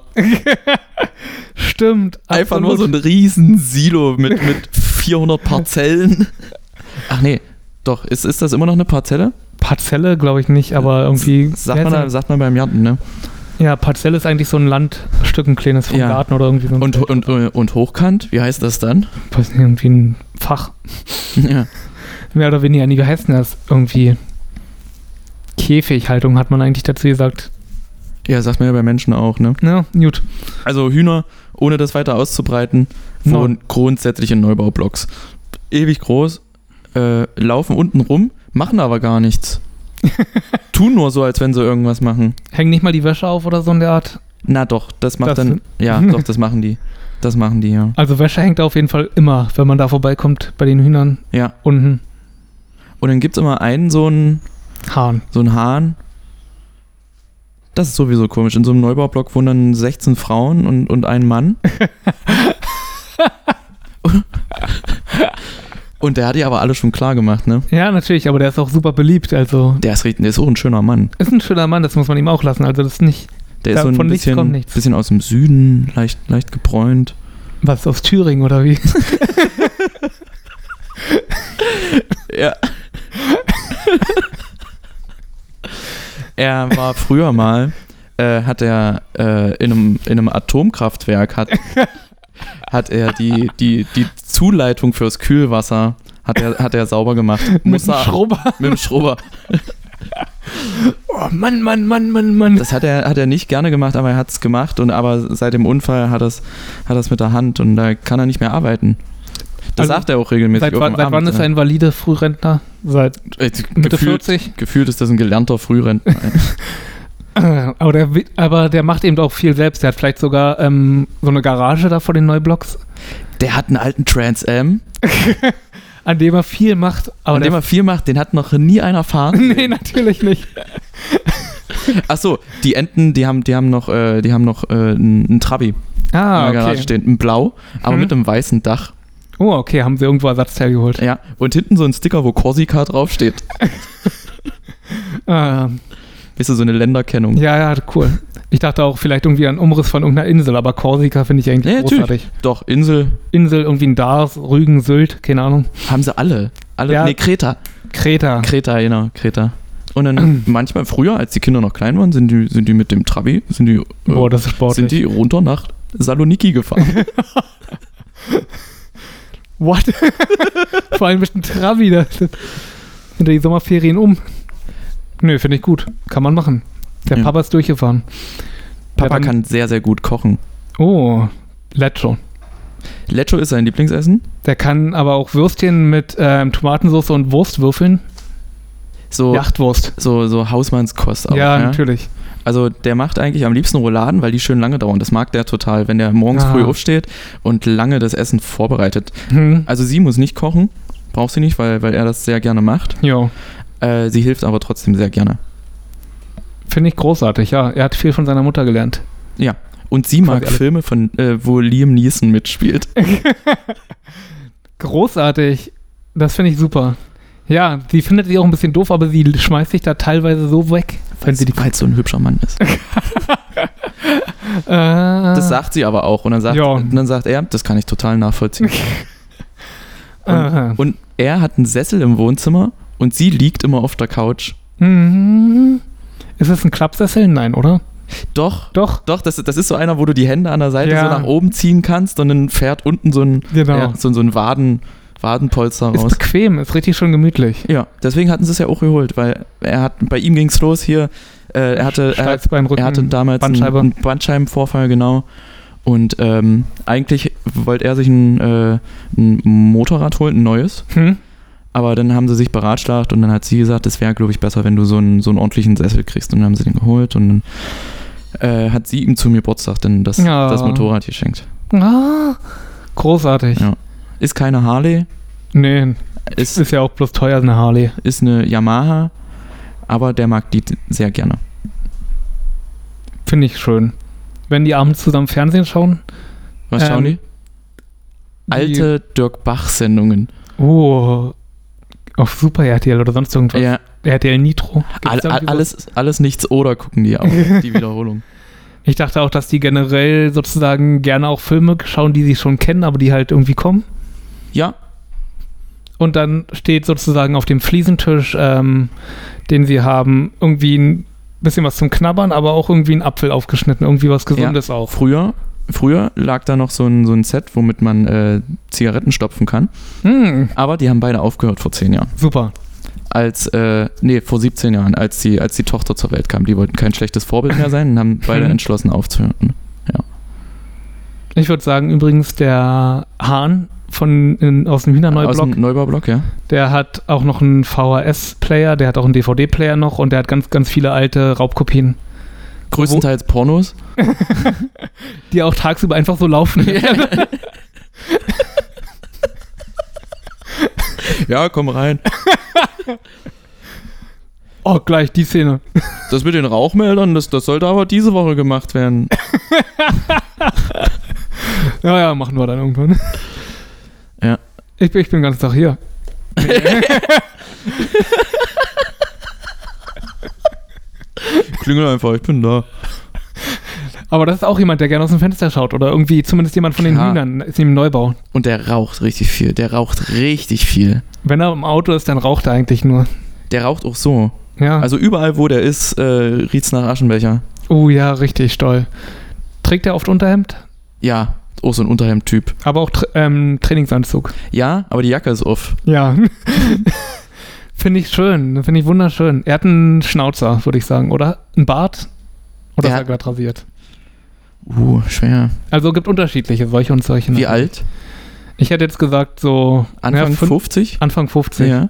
Speaker 2: Stimmt.
Speaker 1: einfach nur so ein riesen Silo mit, mit 400 Parzellen. Ach nee, doch, ist, ist das immer noch eine Parzelle?
Speaker 2: Parzelle, glaube ich nicht, aber irgendwie.
Speaker 1: Sagt man, da- sagt man beim Jarten, ne?
Speaker 2: ja, Parzelle ist eigentlich so ein Landstück, ein kleines vom
Speaker 1: Ja.
Speaker 2: Garten oder irgendwie so ein,
Speaker 1: Und, und, äh, und hochkant, wie heißt das dann?
Speaker 2: weiß nicht, irgendwie ein Fach.
Speaker 1: Ja.
Speaker 2: Mehr oder weniger, nie, wie heißt denn das? Irgendwie Käfighaltung hat man eigentlich dazu gesagt.
Speaker 1: ja, sagt man ja bei Menschen auch, ne?
Speaker 2: Na, gut.
Speaker 1: Also Hühner, ohne das weiter auszubreiten, wohnen grundsätzlich in Neubaublocks. Ewig groß, äh, laufen unten rum, machen aber gar nichts. Tun nur so, als wenn sie irgendwas machen.
Speaker 2: Hängen nicht mal die Wäsche auf oder so in der Art.
Speaker 1: Na doch, das macht
Speaker 2: Das-
Speaker 1: dann. Ja, doch, das machen die. Das machen die, ja.
Speaker 2: Also Wäsche hängt da auf jeden Fall immer, wenn man da vorbeikommt bei den Hühnern
Speaker 1: Ja.
Speaker 2: unten.
Speaker 1: Und dann gibt es immer einen so einen,
Speaker 2: Hahn.
Speaker 1: so einen Hahn. Das ist sowieso komisch. In so einem Neubaublock wohnen dann 16 Frauen und, und ein Mann. und der hat die aber alle schon klar gemacht, ne?
Speaker 2: Ja, natürlich, aber der ist auch super beliebt. Also
Speaker 1: Der ist, richtig- der ist auch ein schöner Mann.
Speaker 2: ist ein schöner Mann, das muss man ihm auch lassen. Also das ist nicht
Speaker 1: Der ist so
Speaker 2: Davon
Speaker 1: ein
Speaker 2: nichts
Speaker 1: bisschen,
Speaker 2: kommt nichts.
Speaker 1: bisschen aus dem Süden, leicht, leicht gebräunt.
Speaker 2: was aus Thüringen oder wie.
Speaker 1: Ja. er war früher mal, äh, hat er äh, in, einem, in einem Atomkraftwerk hat, hat er die, die, die Zuleitung fürs Kühlwasser hat er, hat er sauber gemacht.
Speaker 2: Mit einem
Speaker 1: er-
Speaker 2: Schrubber.
Speaker 1: mit dem Schrubber.
Speaker 2: Oh Mann, Mann, Mann, Mann, Mann.
Speaker 1: Das hat er, hat er nicht gerne gemacht, aber er hat es gemacht. Und aber seit dem Unfall hat er es hat er's mit der Hand und da kann er nicht mehr arbeiten. Das
Speaker 2: Also,
Speaker 1: sagt er auch regelmäßig.
Speaker 2: Seit,
Speaker 1: auf
Speaker 2: wann-
Speaker 1: dem
Speaker 2: seit wann
Speaker 1: Abend,
Speaker 2: ist
Speaker 1: ne?
Speaker 2: er invalide Frührentner? Seit
Speaker 1: Äh,
Speaker 2: Mitte
Speaker 1: gefühlt,
Speaker 2: 40?
Speaker 1: Gefühlt ist das ein gelernter Frührentner.
Speaker 2: Aber der, wi- aber der macht eben auch viel selbst. Der hat vielleicht sogar ähm, so eine Garage da vor den Neublocks,
Speaker 1: der hat einen alten Trans Am,
Speaker 2: an dem er viel macht. Aber
Speaker 1: an dem er viel macht, den hat noch nie einer fahren.
Speaker 2: nee, natürlich nicht.
Speaker 1: Achso, die Enten, die haben, die haben noch, äh, die haben noch äh, einen einen Trabi
Speaker 2: Ah,
Speaker 1: in der Garage
Speaker 2: okay.
Speaker 1: stehen. Ein Blau, aber
Speaker 2: Mhm.
Speaker 1: mit einem weißen Dach.
Speaker 2: Oh, okay, haben sie irgendwo Ersatzteil geholt.
Speaker 1: Ja. Und hinten so ein Sticker, wo Corsica draufsteht.
Speaker 2: Ähm,
Speaker 1: Weißt du, so eine Länderkennung.
Speaker 2: ja, ja, cool. Ich dachte auch vielleicht irgendwie an Umriss von irgendeiner Insel, aber Korsika finde ich eigentlich
Speaker 1: Ja, natürlich.
Speaker 2: großartig.
Speaker 1: Doch, Insel
Speaker 2: Insel, irgendwie ein Dars, Rügen, Sylt, keine Ahnung.
Speaker 1: haben sie alle. Alle,
Speaker 2: Ja.
Speaker 1: nee, Kreta.
Speaker 2: Kreta.
Speaker 1: Kreta, genau, Kreta. Und dann manchmal früher, als die Kinder noch klein waren, sind die, sind die mit dem Trabi, sind die, äh,
Speaker 2: Boah, das ist sportlich.
Speaker 1: sind die runter nach Saloniki gefahren.
Speaker 2: What? Vor allem mit dem Trabi. Da. Sind da die Sommerferien um? Nö, finde ich gut. Kann man machen. Der
Speaker 1: Ja.
Speaker 2: Papa ist durchgefahren.
Speaker 1: Papa
Speaker 2: dann-
Speaker 1: kann sehr, sehr gut kochen.
Speaker 2: Oh, Lecho.
Speaker 1: Lecho ist sein Lieblingsessen.
Speaker 2: Der kann aber auch Würstchen mit ähm, Tomatensauce und Wurstwürfeln.
Speaker 1: So,
Speaker 2: Jachtwurst.
Speaker 1: so, so Hausmannskost. auch,
Speaker 2: ja,
Speaker 1: ne?
Speaker 2: natürlich.
Speaker 1: Also der macht eigentlich am liebsten Rouladen, weil die schön lange dauern. Das mag der total, wenn der morgens
Speaker 2: Ah.
Speaker 1: früh aufsteht und lange das Essen vorbereitet.
Speaker 2: Hm.
Speaker 1: Also sie muss nicht kochen, braucht sie nicht, weil, weil er das sehr gerne macht.
Speaker 2: Jo.
Speaker 1: Äh, sie hilft aber trotzdem sehr gerne.
Speaker 2: Finde ich großartig, ja. Er hat viel von seiner Mutter gelernt.
Speaker 1: Und sie mag
Speaker 2: alle.
Speaker 1: Filme, von, äh, wo Liam Neeson mitspielt.
Speaker 2: Großartig. Das finde ich super. Ja, sie findet sie auch ein bisschen doof, aber sie schmeißt sich da teilweise so weg, wenn sie die.
Speaker 1: weil so ein hübscher Mann ist. Ah.
Speaker 2: Äh, das
Speaker 1: Das sagt sie aber auch. Und dann sagt,
Speaker 2: Ja.
Speaker 1: und dann sagt er, das kann ich total nachvollziehen.
Speaker 2: Aha.
Speaker 1: Und er hat einen Sessel im Wohnzimmer und sie liegt immer auf der Couch.
Speaker 2: Mhm. Ist es ein Klappsessel? Nein, oder?
Speaker 1: Doch,
Speaker 2: Doch,
Speaker 1: doch, das, das ist so einer, wo du die Hände an der Seite
Speaker 2: Ja.
Speaker 1: so nach oben ziehen kannst und dann fährt unten so ein,
Speaker 2: genau.
Speaker 1: ja, so, so ein Waden, Wadenpolster
Speaker 2: ist
Speaker 1: raus.
Speaker 2: bequem, ist richtig schön gemütlich.
Speaker 1: Ja, deswegen hatten sie es ja auch geholt, weil er hat, bei ihm ging es los hier. Äh, er hatte, er,
Speaker 2: Steißbein, Rücken,
Speaker 1: Er hatte damals
Speaker 2: Bandscheibe.
Speaker 1: einen einen Bandscheibenvorfall, genau. Und ähm, eigentlich wollte er sich ein, äh, ein Motorrad holen, ein neues.
Speaker 2: Hm?
Speaker 1: Aber dann haben sie sich beratschlagt und dann hat sie gesagt, es wäre, glaube ich, besser, wenn du so einen, so einen ordentlichen Sessel kriegst. Und dann haben sie den geholt und dann äh, hat sie ihm zum Geburtstag dann das,
Speaker 2: Ja.
Speaker 1: das Motorrad geschenkt.
Speaker 2: Ah, großartig.
Speaker 1: Ja. Ist keine Harley,
Speaker 2: Nee,
Speaker 1: ist,
Speaker 2: ist ja auch bloß teuer, eine Harley.
Speaker 1: ist eine Yamaha, aber der mag die sehr gerne.
Speaker 2: Finde ich schön. Wenn die abends zusammen Fernsehen schauen.
Speaker 1: Was schauen
Speaker 2: Ähm,
Speaker 1: die? Alte Dirk Bach-Sendungen.
Speaker 2: Die, oh, auf Super RTL oder sonst irgendwas.
Speaker 1: Ja,
Speaker 2: RTL Nitro. Gibt's
Speaker 1: All,
Speaker 2: da
Speaker 1: all,
Speaker 2: irgendwie was?
Speaker 1: alles, alles nichts oder gucken die auch die Wiederholung.
Speaker 2: Ich dachte auch, dass die generell sozusagen gerne auch Filme schauen, die sie schon kennen, aber die halt irgendwie kommen.
Speaker 1: Ja,
Speaker 2: Und dann steht sozusagen auf dem Fliesentisch, ähm, den sie haben, irgendwie ein bisschen was zum Knabbern, aber auch irgendwie ein Apfel aufgeschnitten, irgendwie was Gesundes auch.
Speaker 1: früher, früher lag da noch so ein, so ein Set, womit man äh, Zigaretten stopfen kann.
Speaker 2: Hm,
Speaker 1: Aber die haben beide aufgehört vor zehn Jahren.
Speaker 2: super.
Speaker 1: Als, äh, nee, vor 17 Jahren, als die, als die Tochter zur Welt kam. Die wollten kein schlechtes Vorbild mehr sein und haben beide
Speaker 2: Hm.
Speaker 1: entschlossen aufzuhören.
Speaker 2: Ich würde sagen, übrigens, der Hahn von, in, aus dem
Speaker 1: Aus
Speaker 2: Hühnerneublock,
Speaker 1: dem Neubaublock, ja.
Speaker 2: der hat auch noch einen VHS-Player, der hat auch einen DVD-Player noch und der hat ganz, ganz viele alte Raubkopien,
Speaker 1: Größtenteils Pornos.
Speaker 2: die auch tagsüber einfach so laufen.
Speaker 1: ja, komm rein.
Speaker 2: Oh, gleich die Szene.
Speaker 1: Das mit den Rauchmeldern, das, das sollte aber diese Woche gemacht werden.
Speaker 2: Ja, ja, machen wir dann irgendwann.
Speaker 1: Ja.
Speaker 2: Ich, bin- ich bin den ganzen Tag hier.
Speaker 1: Klingel einfach, ich bin da.
Speaker 2: Aber das ist auch jemand, der gerne aus dem Fenster schaut oder irgendwie zumindest jemand von den
Speaker 1: Klar.
Speaker 2: Hühnern ist im Neubau.
Speaker 1: Und der raucht richtig viel. Der raucht richtig viel.
Speaker 2: Wenn er im Auto ist, dann raucht er eigentlich nur.
Speaker 1: Der raucht auch so.
Speaker 2: Ja.
Speaker 1: Also überall, wo der ist, äh, riecht's nach Aschenbecher.
Speaker 2: oh ja, richtig toll. Trägt er oft Unterhemd,
Speaker 1: Ja, auch so ein Unterhemd-Typ.
Speaker 2: aber auch Tra ähm, Trainingsanzug.
Speaker 1: Ja, aber die Jacke ist off.
Speaker 2: Ja. finde ich schön, finde ich wunderschön. Er hat einen Schnauzer, würde ich sagen, oder? Ein Bart
Speaker 1: Der
Speaker 2: oder ist er
Speaker 1: hat-
Speaker 2: glatt rasiert?
Speaker 1: Uh, schwer.
Speaker 2: Also gibt unterschiedliche, solche und solche.
Speaker 1: Wie
Speaker 2: natürlich.
Speaker 1: alt?
Speaker 2: Ich hätte jetzt gesagt, so
Speaker 1: Anfang
Speaker 2: ja, fün-
Speaker 1: 50?
Speaker 2: Anfang 50.
Speaker 1: Ja.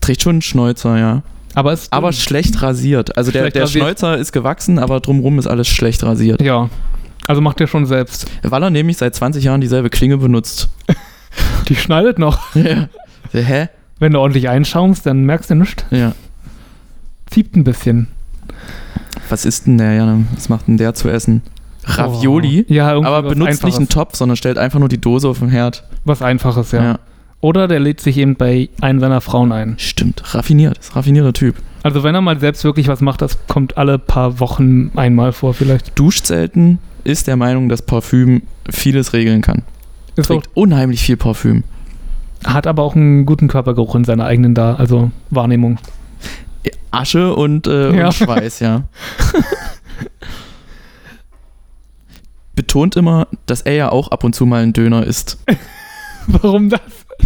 Speaker 1: Trägt schon einen Schnäuzer, ja.
Speaker 2: Aber es
Speaker 1: Aber schlecht rasiert. Also der,
Speaker 2: Mhm. Schlecht
Speaker 1: der
Speaker 2: rasiert.
Speaker 1: Schnäuzer ist gewachsen, aber drumrum ist alles schlecht rasiert.
Speaker 2: ja. Also macht er schon selbst.
Speaker 1: Weil er nämlich seit 20 Jahren dieselbe Klinge benutzt.
Speaker 2: Die schneidet noch.
Speaker 1: Ja. Hä?
Speaker 2: Wenn du ordentlich einschaumst, dann merkst du nichts.
Speaker 1: Ja.
Speaker 2: Zieht ein bisschen.
Speaker 1: Was ist denn der, Jana? Was macht denn der zu essen? Ravioli?
Speaker 2: Oh. Ja, irgendwie
Speaker 1: Aber
Speaker 2: was
Speaker 1: benutzt nicht einen
Speaker 2: Einfaches.
Speaker 1: Topf, sondern stellt einfach nur die Dose auf den Herd.
Speaker 2: Was Einfaches, ja. Oder der lädt sich eben bei einer seiner Frauen ein.
Speaker 1: Stimmt. Raffiniert. Ist ein raffinierter Typ.
Speaker 2: Also wenn er mal selbst wirklich was macht, das kommt alle paar Wochen einmal vor vielleicht.
Speaker 1: Duscht selten, ist der Meinung, dass Parfüm vieles regeln kann.
Speaker 2: Ist auch,
Speaker 1: Trägt unheimlich viel Parfüm.
Speaker 2: hat aber auch einen guten Körpergeruch in seiner eigenen da, also Wahrnehmung.
Speaker 1: Asche und, äh,
Speaker 2: Ja.
Speaker 1: und Schweiß, ja. Betont immer, dass er ja auch ab und zu mal ein Döner isst.
Speaker 2: Warum das?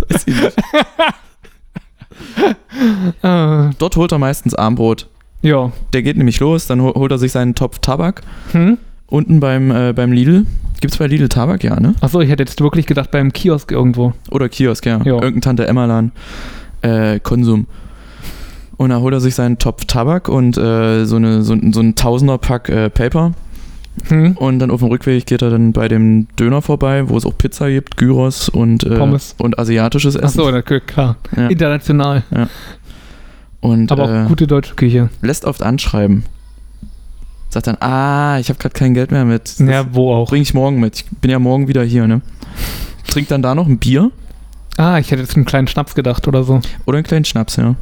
Speaker 1: Weiß ich nicht.
Speaker 2: Äh,
Speaker 1: Dort holt er meistens Armbrot.
Speaker 2: ja.
Speaker 1: Der geht nämlich los, dann hol- holt er sich seinen Topf Tabak.
Speaker 2: Hm?
Speaker 1: Unten beim, äh, beim Lidl. Gibt's bei Lidl Tabak, ja, ne?
Speaker 2: Achso, ich hätte jetzt wirklich gedacht beim Kiosk irgendwo.
Speaker 1: Oder Kiosk, ja.
Speaker 2: Ja.
Speaker 1: Irgendein Tante Emmerlan. Äh, Konsum. Und da holt er sich seinen Topf Tabak und äh, so, eine, so, ein- so ein Tausender-Pack äh, Paper.
Speaker 2: Hm?
Speaker 1: Und dann auf dem Rückweg geht er dann bei dem Döner vorbei, wo es auch Pizza gibt, Gyros und, äh,
Speaker 2: Pommes.
Speaker 1: und asiatisches Essen.
Speaker 2: Achso, klar.
Speaker 1: Ja.
Speaker 2: International.
Speaker 1: Und
Speaker 2: Aber
Speaker 1: äh,
Speaker 2: auch gute deutsche Küche.
Speaker 1: lässt oft anschreiben. Sagt dann, ah, ich habe gerade kein Geld mehr mit. Das
Speaker 2: Ja, wo auch.
Speaker 1: bring ich morgen mit. Ich bin ja morgen wieder hier, ne? Trinkt dann da noch ein Bier
Speaker 2: Ah, ich hätte jetzt einen kleinen Schnaps gedacht oder so.
Speaker 1: oder einen kleinen Schnaps, ja.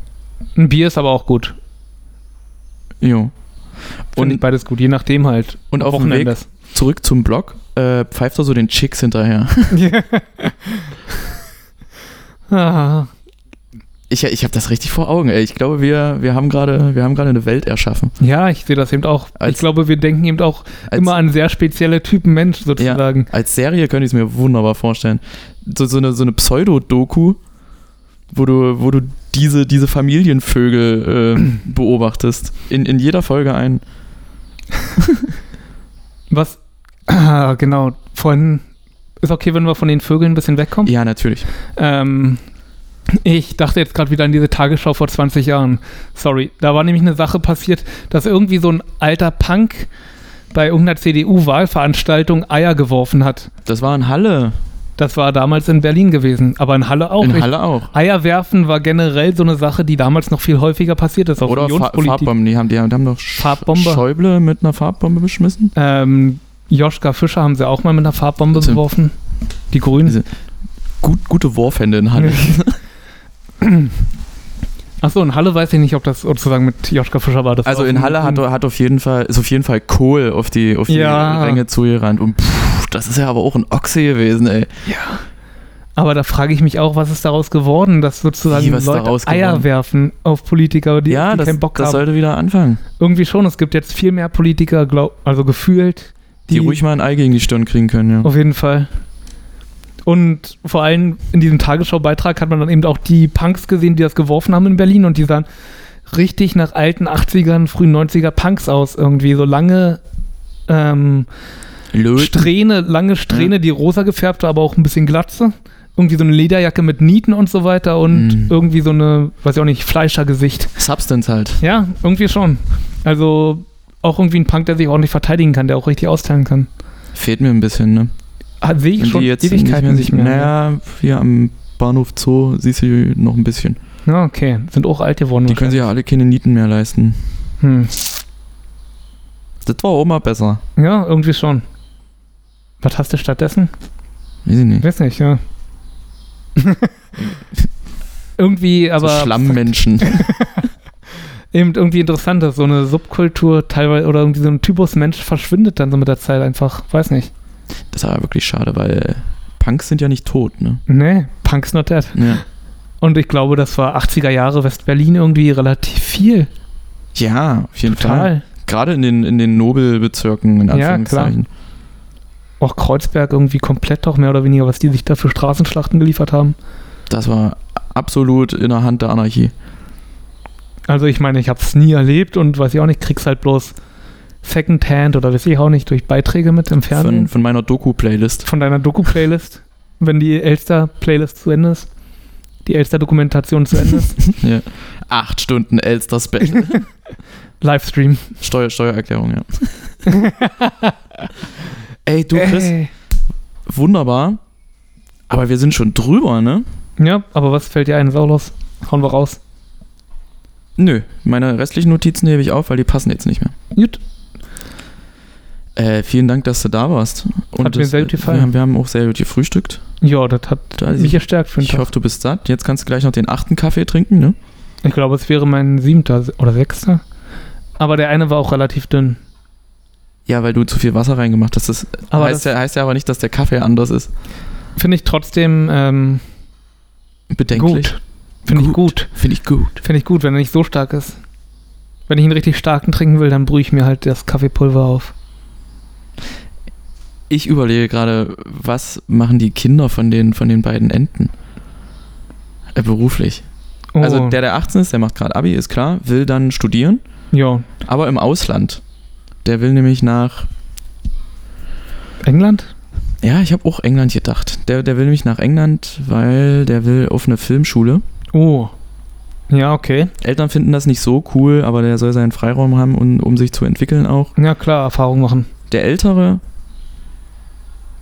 Speaker 2: Ein Bier ist aber auch gut.
Speaker 1: Jo.
Speaker 2: Finde ich
Speaker 1: Und,
Speaker 2: beides gut, je nachdem halt.
Speaker 1: und auf dem Weg
Speaker 2: Wochenendes.
Speaker 1: zurück zum Block äh, pfeift er so den Chicks hinterher.
Speaker 2: ah,
Speaker 1: Ich, ich habe das richtig vor Augen, ey. Ich glaube, wir, wir haben gerade wir haben gerade eine Welt erschaffen.
Speaker 2: ja, ich sehe das eben auch.
Speaker 1: Als-
Speaker 2: ich glaube, wir denken eben auch
Speaker 1: Als-
Speaker 2: immer an sehr spezielle Typen Mensch sozusagen.
Speaker 1: Als Serie könnte ich es mir wunderbar vorstellen. So, so eine, so eine Pseudo-Doku, wo du, wo du diese, diese Familienvögel äh, beobachtest. In, in jeder Folge ein.
Speaker 2: Was, ah, genau, vorhin ist okay, wenn wir von den Vögeln ein bisschen wegkommen.
Speaker 1: Ja, natürlich.
Speaker 2: Ähm, ich dachte jetzt gerade wieder an diese Tagesschau vor 20 Jahren. Sorry, da war nämlich eine Sache passiert, dass irgendwie so ein alter Punk bei irgendeiner CDU-Wahlveranstaltung Eier geworfen hat.
Speaker 1: Das war in Halle.
Speaker 2: Das war damals in Berlin gewesen, aber in Halle auch.
Speaker 1: in
Speaker 2: Ich-
Speaker 1: Halle auch.
Speaker 2: Eier werfen war generell so eine Sache, die damals noch viel häufiger passiert ist. Auf
Speaker 1: Oder Fa Farbbomben. Die haben, die haben die haben doch Sch
Speaker 2: Farbbombe.
Speaker 1: Schäuble mit einer Farbbombe beschmissen.
Speaker 2: Ähm, Joschka Fischer haben sie auch mal mit einer Farbbombe
Speaker 1: Stimmt.
Speaker 2: beworfen. Die
Speaker 1: Diese-
Speaker 2: Grünen.
Speaker 1: Gut, gute Warfände in Halle.
Speaker 2: Achso, in Halle weiß ich nicht, ob das sozusagen mit Joschka Fischer war. Das
Speaker 1: Also
Speaker 2: war
Speaker 1: in
Speaker 2: auf-
Speaker 1: Halle hat, hat auf jeden Fall, ist auf jeden Fall Kohl auf die, auf die
Speaker 2: Ja.
Speaker 1: Ränge zugerannt. Und pff, das ist ja aber auch ein Ochse gewesen, ey.
Speaker 2: Aber da frage ich mich auch, was ist daraus geworden, dass sozusagen
Speaker 1: Wie, was ist daraus
Speaker 2: Leute Eier
Speaker 1: geworden?
Speaker 2: werfen auf Politiker, die,
Speaker 1: ja,
Speaker 2: die
Speaker 1: das,
Speaker 2: keinen Bock
Speaker 1: das
Speaker 2: haben.
Speaker 1: sollte wieder anfangen.
Speaker 2: Irgendwie schon, es gibt jetzt viel mehr Politiker, glaub, also gefühlt,
Speaker 1: die, ruhig mal ein Ei gegen die Stirn kriegen können, ja.
Speaker 2: auf jeden Fall. Und vor allem in diesem Tagesschau-Beitrag hat man dann eben auch die Punks gesehen, die das geworfen haben in Berlin und die sahen richtig nach alten 80ern, frühen 90er Punks aus irgendwie. So lange ähm,
Speaker 1: Löten.
Speaker 2: Strähne, lange Strähne, die rosa gefärbt war, aber auch ein bisschen glatze. Irgendwie so eine Lederjacke mit Nieten und so weiter und
Speaker 1: Mhm.
Speaker 2: irgendwie so eine, weiß ich auch nicht, Fleischergesicht.
Speaker 1: Substance halt.
Speaker 2: Ja, irgendwie schon. Also auch irgendwie ein Punk, der sich ordentlich verteidigen kann, der auch richtig austeilen kann.
Speaker 1: Fehlt mir ein bisschen, ne?
Speaker 2: Ah, Sehe ich
Speaker 1: Wenn
Speaker 2: schon Ewigkeiten nicht mehr.
Speaker 1: Naja, hier am Bahnhof Zoo siehst du noch ein bisschen.
Speaker 2: Ja, okay. Sind auch alt geworden.
Speaker 1: Die können sich ja alle keine Nieten mehr leisten.
Speaker 2: hm.
Speaker 1: Das war auch mal besser.
Speaker 2: Ja, irgendwie schon. Was hast du stattdessen?
Speaker 1: Weiß ich
Speaker 2: Ich
Speaker 1: nicht.
Speaker 2: weiß nicht, ja. irgendwie, aber.
Speaker 1: so Schlammmenschen.
Speaker 2: eben irgendwie interessant ist. So eine Subkultur teilweise oder irgendwie so ein Typus Mensch verschwindet dann so mit der Zeit einfach. Weiß nicht.
Speaker 1: Das ist aber wirklich schade, weil Punks sind ja nicht tot, ne?
Speaker 2: Nee, Punk's not dead.
Speaker 1: Ja.
Speaker 2: Und ich glaube, das war 80er Jahre West-Berlin irgendwie relativ viel.
Speaker 1: Ja, auf jeden Fall.
Speaker 2: Total.
Speaker 1: Gerade in den, in den Nobelbezirken, in
Speaker 2: Ja, klar.
Speaker 1: Anführungszeichen.
Speaker 2: Auch Kreuzberg irgendwie komplett doch mehr oder weniger, was die sich da für Straßenschlachten geliefert haben.
Speaker 1: Das war absolut in der Hand der Anarchie.
Speaker 2: Also ich meine, ich habe es nie erlebt und weiß ich auch nicht, krieg's halt bloß Secondhand oder weiß ich auch nicht durch Beiträge mit im Fernsehen
Speaker 1: Von, von meiner Doku-Playlist.
Speaker 2: von deiner Doku-Playlist. wenn die Elster-Playlist zu Ende ist, die Elster-Dokumentation zu Ende ist,
Speaker 1: Ja. Acht Stunden Elster Special.
Speaker 2: Livestream.
Speaker 1: Steuer, Steuererklärung, ja. Ey, du Chris,
Speaker 2: Ey.
Speaker 1: wunderbar. Aber wir sind schon drüber, ne?
Speaker 2: Ja, aber was fällt dir ein? Saulos? Hauen wir raus.
Speaker 1: Nö, meine restlichen Notizen hebe ich auf, weil die passen jetzt nicht mehr.
Speaker 2: Gut.
Speaker 1: Äh, vielen Dank, dass du da warst. Und
Speaker 2: Hat mir
Speaker 1: das- äh,
Speaker 2: sehr gut gefallen.
Speaker 1: Wir haben, wir haben auch sehr gut gefrühstückt.
Speaker 2: Ja, das hat
Speaker 1: Da ist
Speaker 2: mich
Speaker 1: ich
Speaker 2: gestärkt für den
Speaker 1: Also ich
Speaker 2: Tag.
Speaker 1: hoffe, du bist satt. Jetzt kannst du gleich noch den achten Kaffee trinken, ne?
Speaker 2: Ich glaube, es wäre mein siebter oder sechster. Aber der eine war auch relativ dünn.
Speaker 1: Ja, weil du zu viel Wasser reingemacht hast. Das
Speaker 2: Aber
Speaker 1: heißt, ja, heißt ja aber nicht, dass der Kaffee anders ist.
Speaker 2: Finde ich trotzdem ähm,
Speaker 1: Bedenklich.
Speaker 2: gut. Finde ich gut.
Speaker 1: Finde ich gut.
Speaker 2: Finde ich gut, wenn er nicht so stark ist. Wenn ich einen richtig starken trinken will, dann brühe ich mir halt das Kaffeepulver auf.
Speaker 1: Ich überlege gerade, was machen die Kinder von den, von den beiden Enten? Äh, beruflich.
Speaker 2: Oh,
Speaker 1: Also der, der 18 ist, der macht gerade Abi, ist klar, will dann studieren,
Speaker 2: ja.
Speaker 1: aber im Ausland. Der will nämlich nach,
Speaker 2: England?
Speaker 1: ja, ich habe auch England gedacht. Der, der will nämlich nach England, weil der will auf eine Filmschule.
Speaker 2: Oh. Ja, okay.
Speaker 1: Eltern finden das nicht so cool, aber der soll seinen Freiraum haben, um, um sich zu entwickeln auch.
Speaker 2: Ja, klar, Erfahrung machen.
Speaker 1: Der Ältere,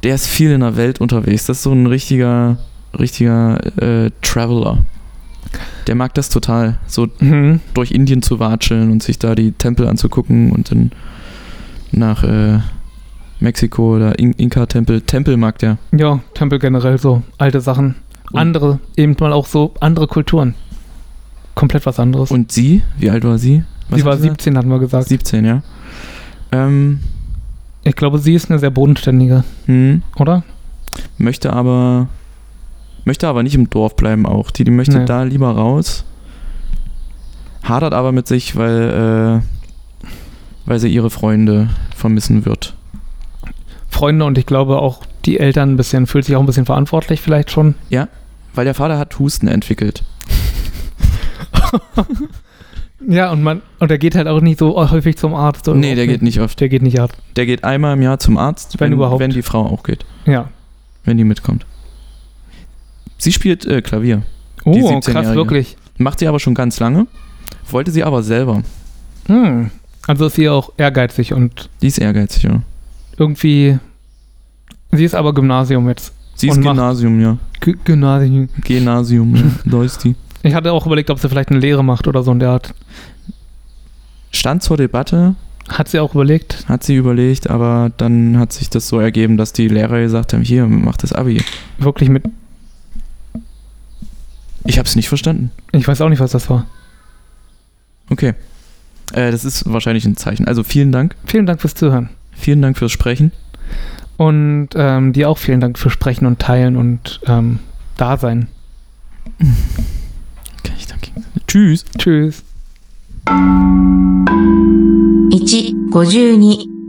Speaker 1: der ist viel in der Welt unterwegs. Das ist so ein richtiger, richtiger äh, Traveler. Der mag das total, so
Speaker 2: Mhm.
Speaker 1: durch Indien zu watscheln und sich da die Tempel anzugucken und dann nach äh, Mexiko oder In Inka-Tempel. Tempel mag der.
Speaker 2: Ja, Tempel generell so. Alte Sachen.
Speaker 1: Und-
Speaker 2: Andere, eben mal auch so, andere Kulturen. Komplett was anderes.
Speaker 1: Und sie? Wie alt war sie?
Speaker 2: sie war
Speaker 1: hat gesagt?
Speaker 2: 17, hatten wir gesagt.
Speaker 1: 17, ja. Ähm,
Speaker 2: Ich glaube, sie ist eine sehr bodenständige,
Speaker 1: hm,
Speaker 2: oder?
Speaker 1: möchte aber möchte aber nicht im Dorf bleiben auch. Die, die möchte
Speaker 2: Nee.
Speaker 1: da lieber raus. Hadert aber mit sich, weil, äh, weil sie ihre Freunde vermissen wird.
Speaker 2: Freunde und ich glaube auch die Eltern ein bisschen, fühlt sich auch ein bisschen verantwortlich vielleicht schon.
Speaker 1: Weil der Vater hat Husten entwickelt.
Speaker 2: Ja, und man, und er geht halt auch nicht so häufig zum Arzt. Oder
Speaker 1: nee, der geht nicht oft.
Speaker 2: Der geht nicht Arzt.
Speaker 1: Der geht einmal im Jahr zum Arzt,
Speaker 2: Wenn überhaupt.
Speaker 1: wenn die Frau auch geht,
Speaker 2: Ja.
Speaker 1: wenn die mitkommt. Sie spielt äh, Klavier. Die
Speaker 2: Oh,
Speaker 1: 17-Jährige.
Speaker 2: krass, wirklich.
Speaker 1: Macht sie aber schon ganz lange, wollte sie aber selber.
Speaker 2: Hm. Also ist sie auch ehrgeizig und
Speaker 1: Die ist ehrgeizig, ja.
Speaker 2: irgendwie. Sie ist aber Gymnasium jetzt.
Speaker 1: Sie
Speaker 2: Und
Speaker 1: ist
Speaker 2: macht-
Speaker 1: Gymnasium, ja.
Speaker 2: G Gymnasium.
Speaker 1: Gymnasium, ja. Da ist die.
Speaker 2: Ich hatte auch überlegt, ob sie vielleicht eine Lehre macht oder so in der Art.
Speaker 1: Stand zur Debatte,
Speaker 2: Hat sie auch überlegt?
Speaker 1: hat sie überlegt, aber dann hat sich das so ergeben, dass die Lehrer gesagt haben, hier, mach das Abi.
Speaker 2: Wirklich mit.
Speaker 1: Ich hab's nicht verstanden.
Speaker 2: Ich weiß auch nicht, was das war.
Speaker 1: Okay. Äh, das ist wahrscheinlich ein Zeichen. Also vielen Dank.
Speaker 2: Vielen Dank fürs Zuhören.
Speaker 1: Vielen Dank fürs Sprechen.
Speaker 2: Und ähm, dir auch vielen Dank für Sprechen und Teilen und ähm, Dasein.
Speaker 1: Okay, ich danke. Tschüss.
Speaker 2: Tschüss.
Speaker 3: 1、52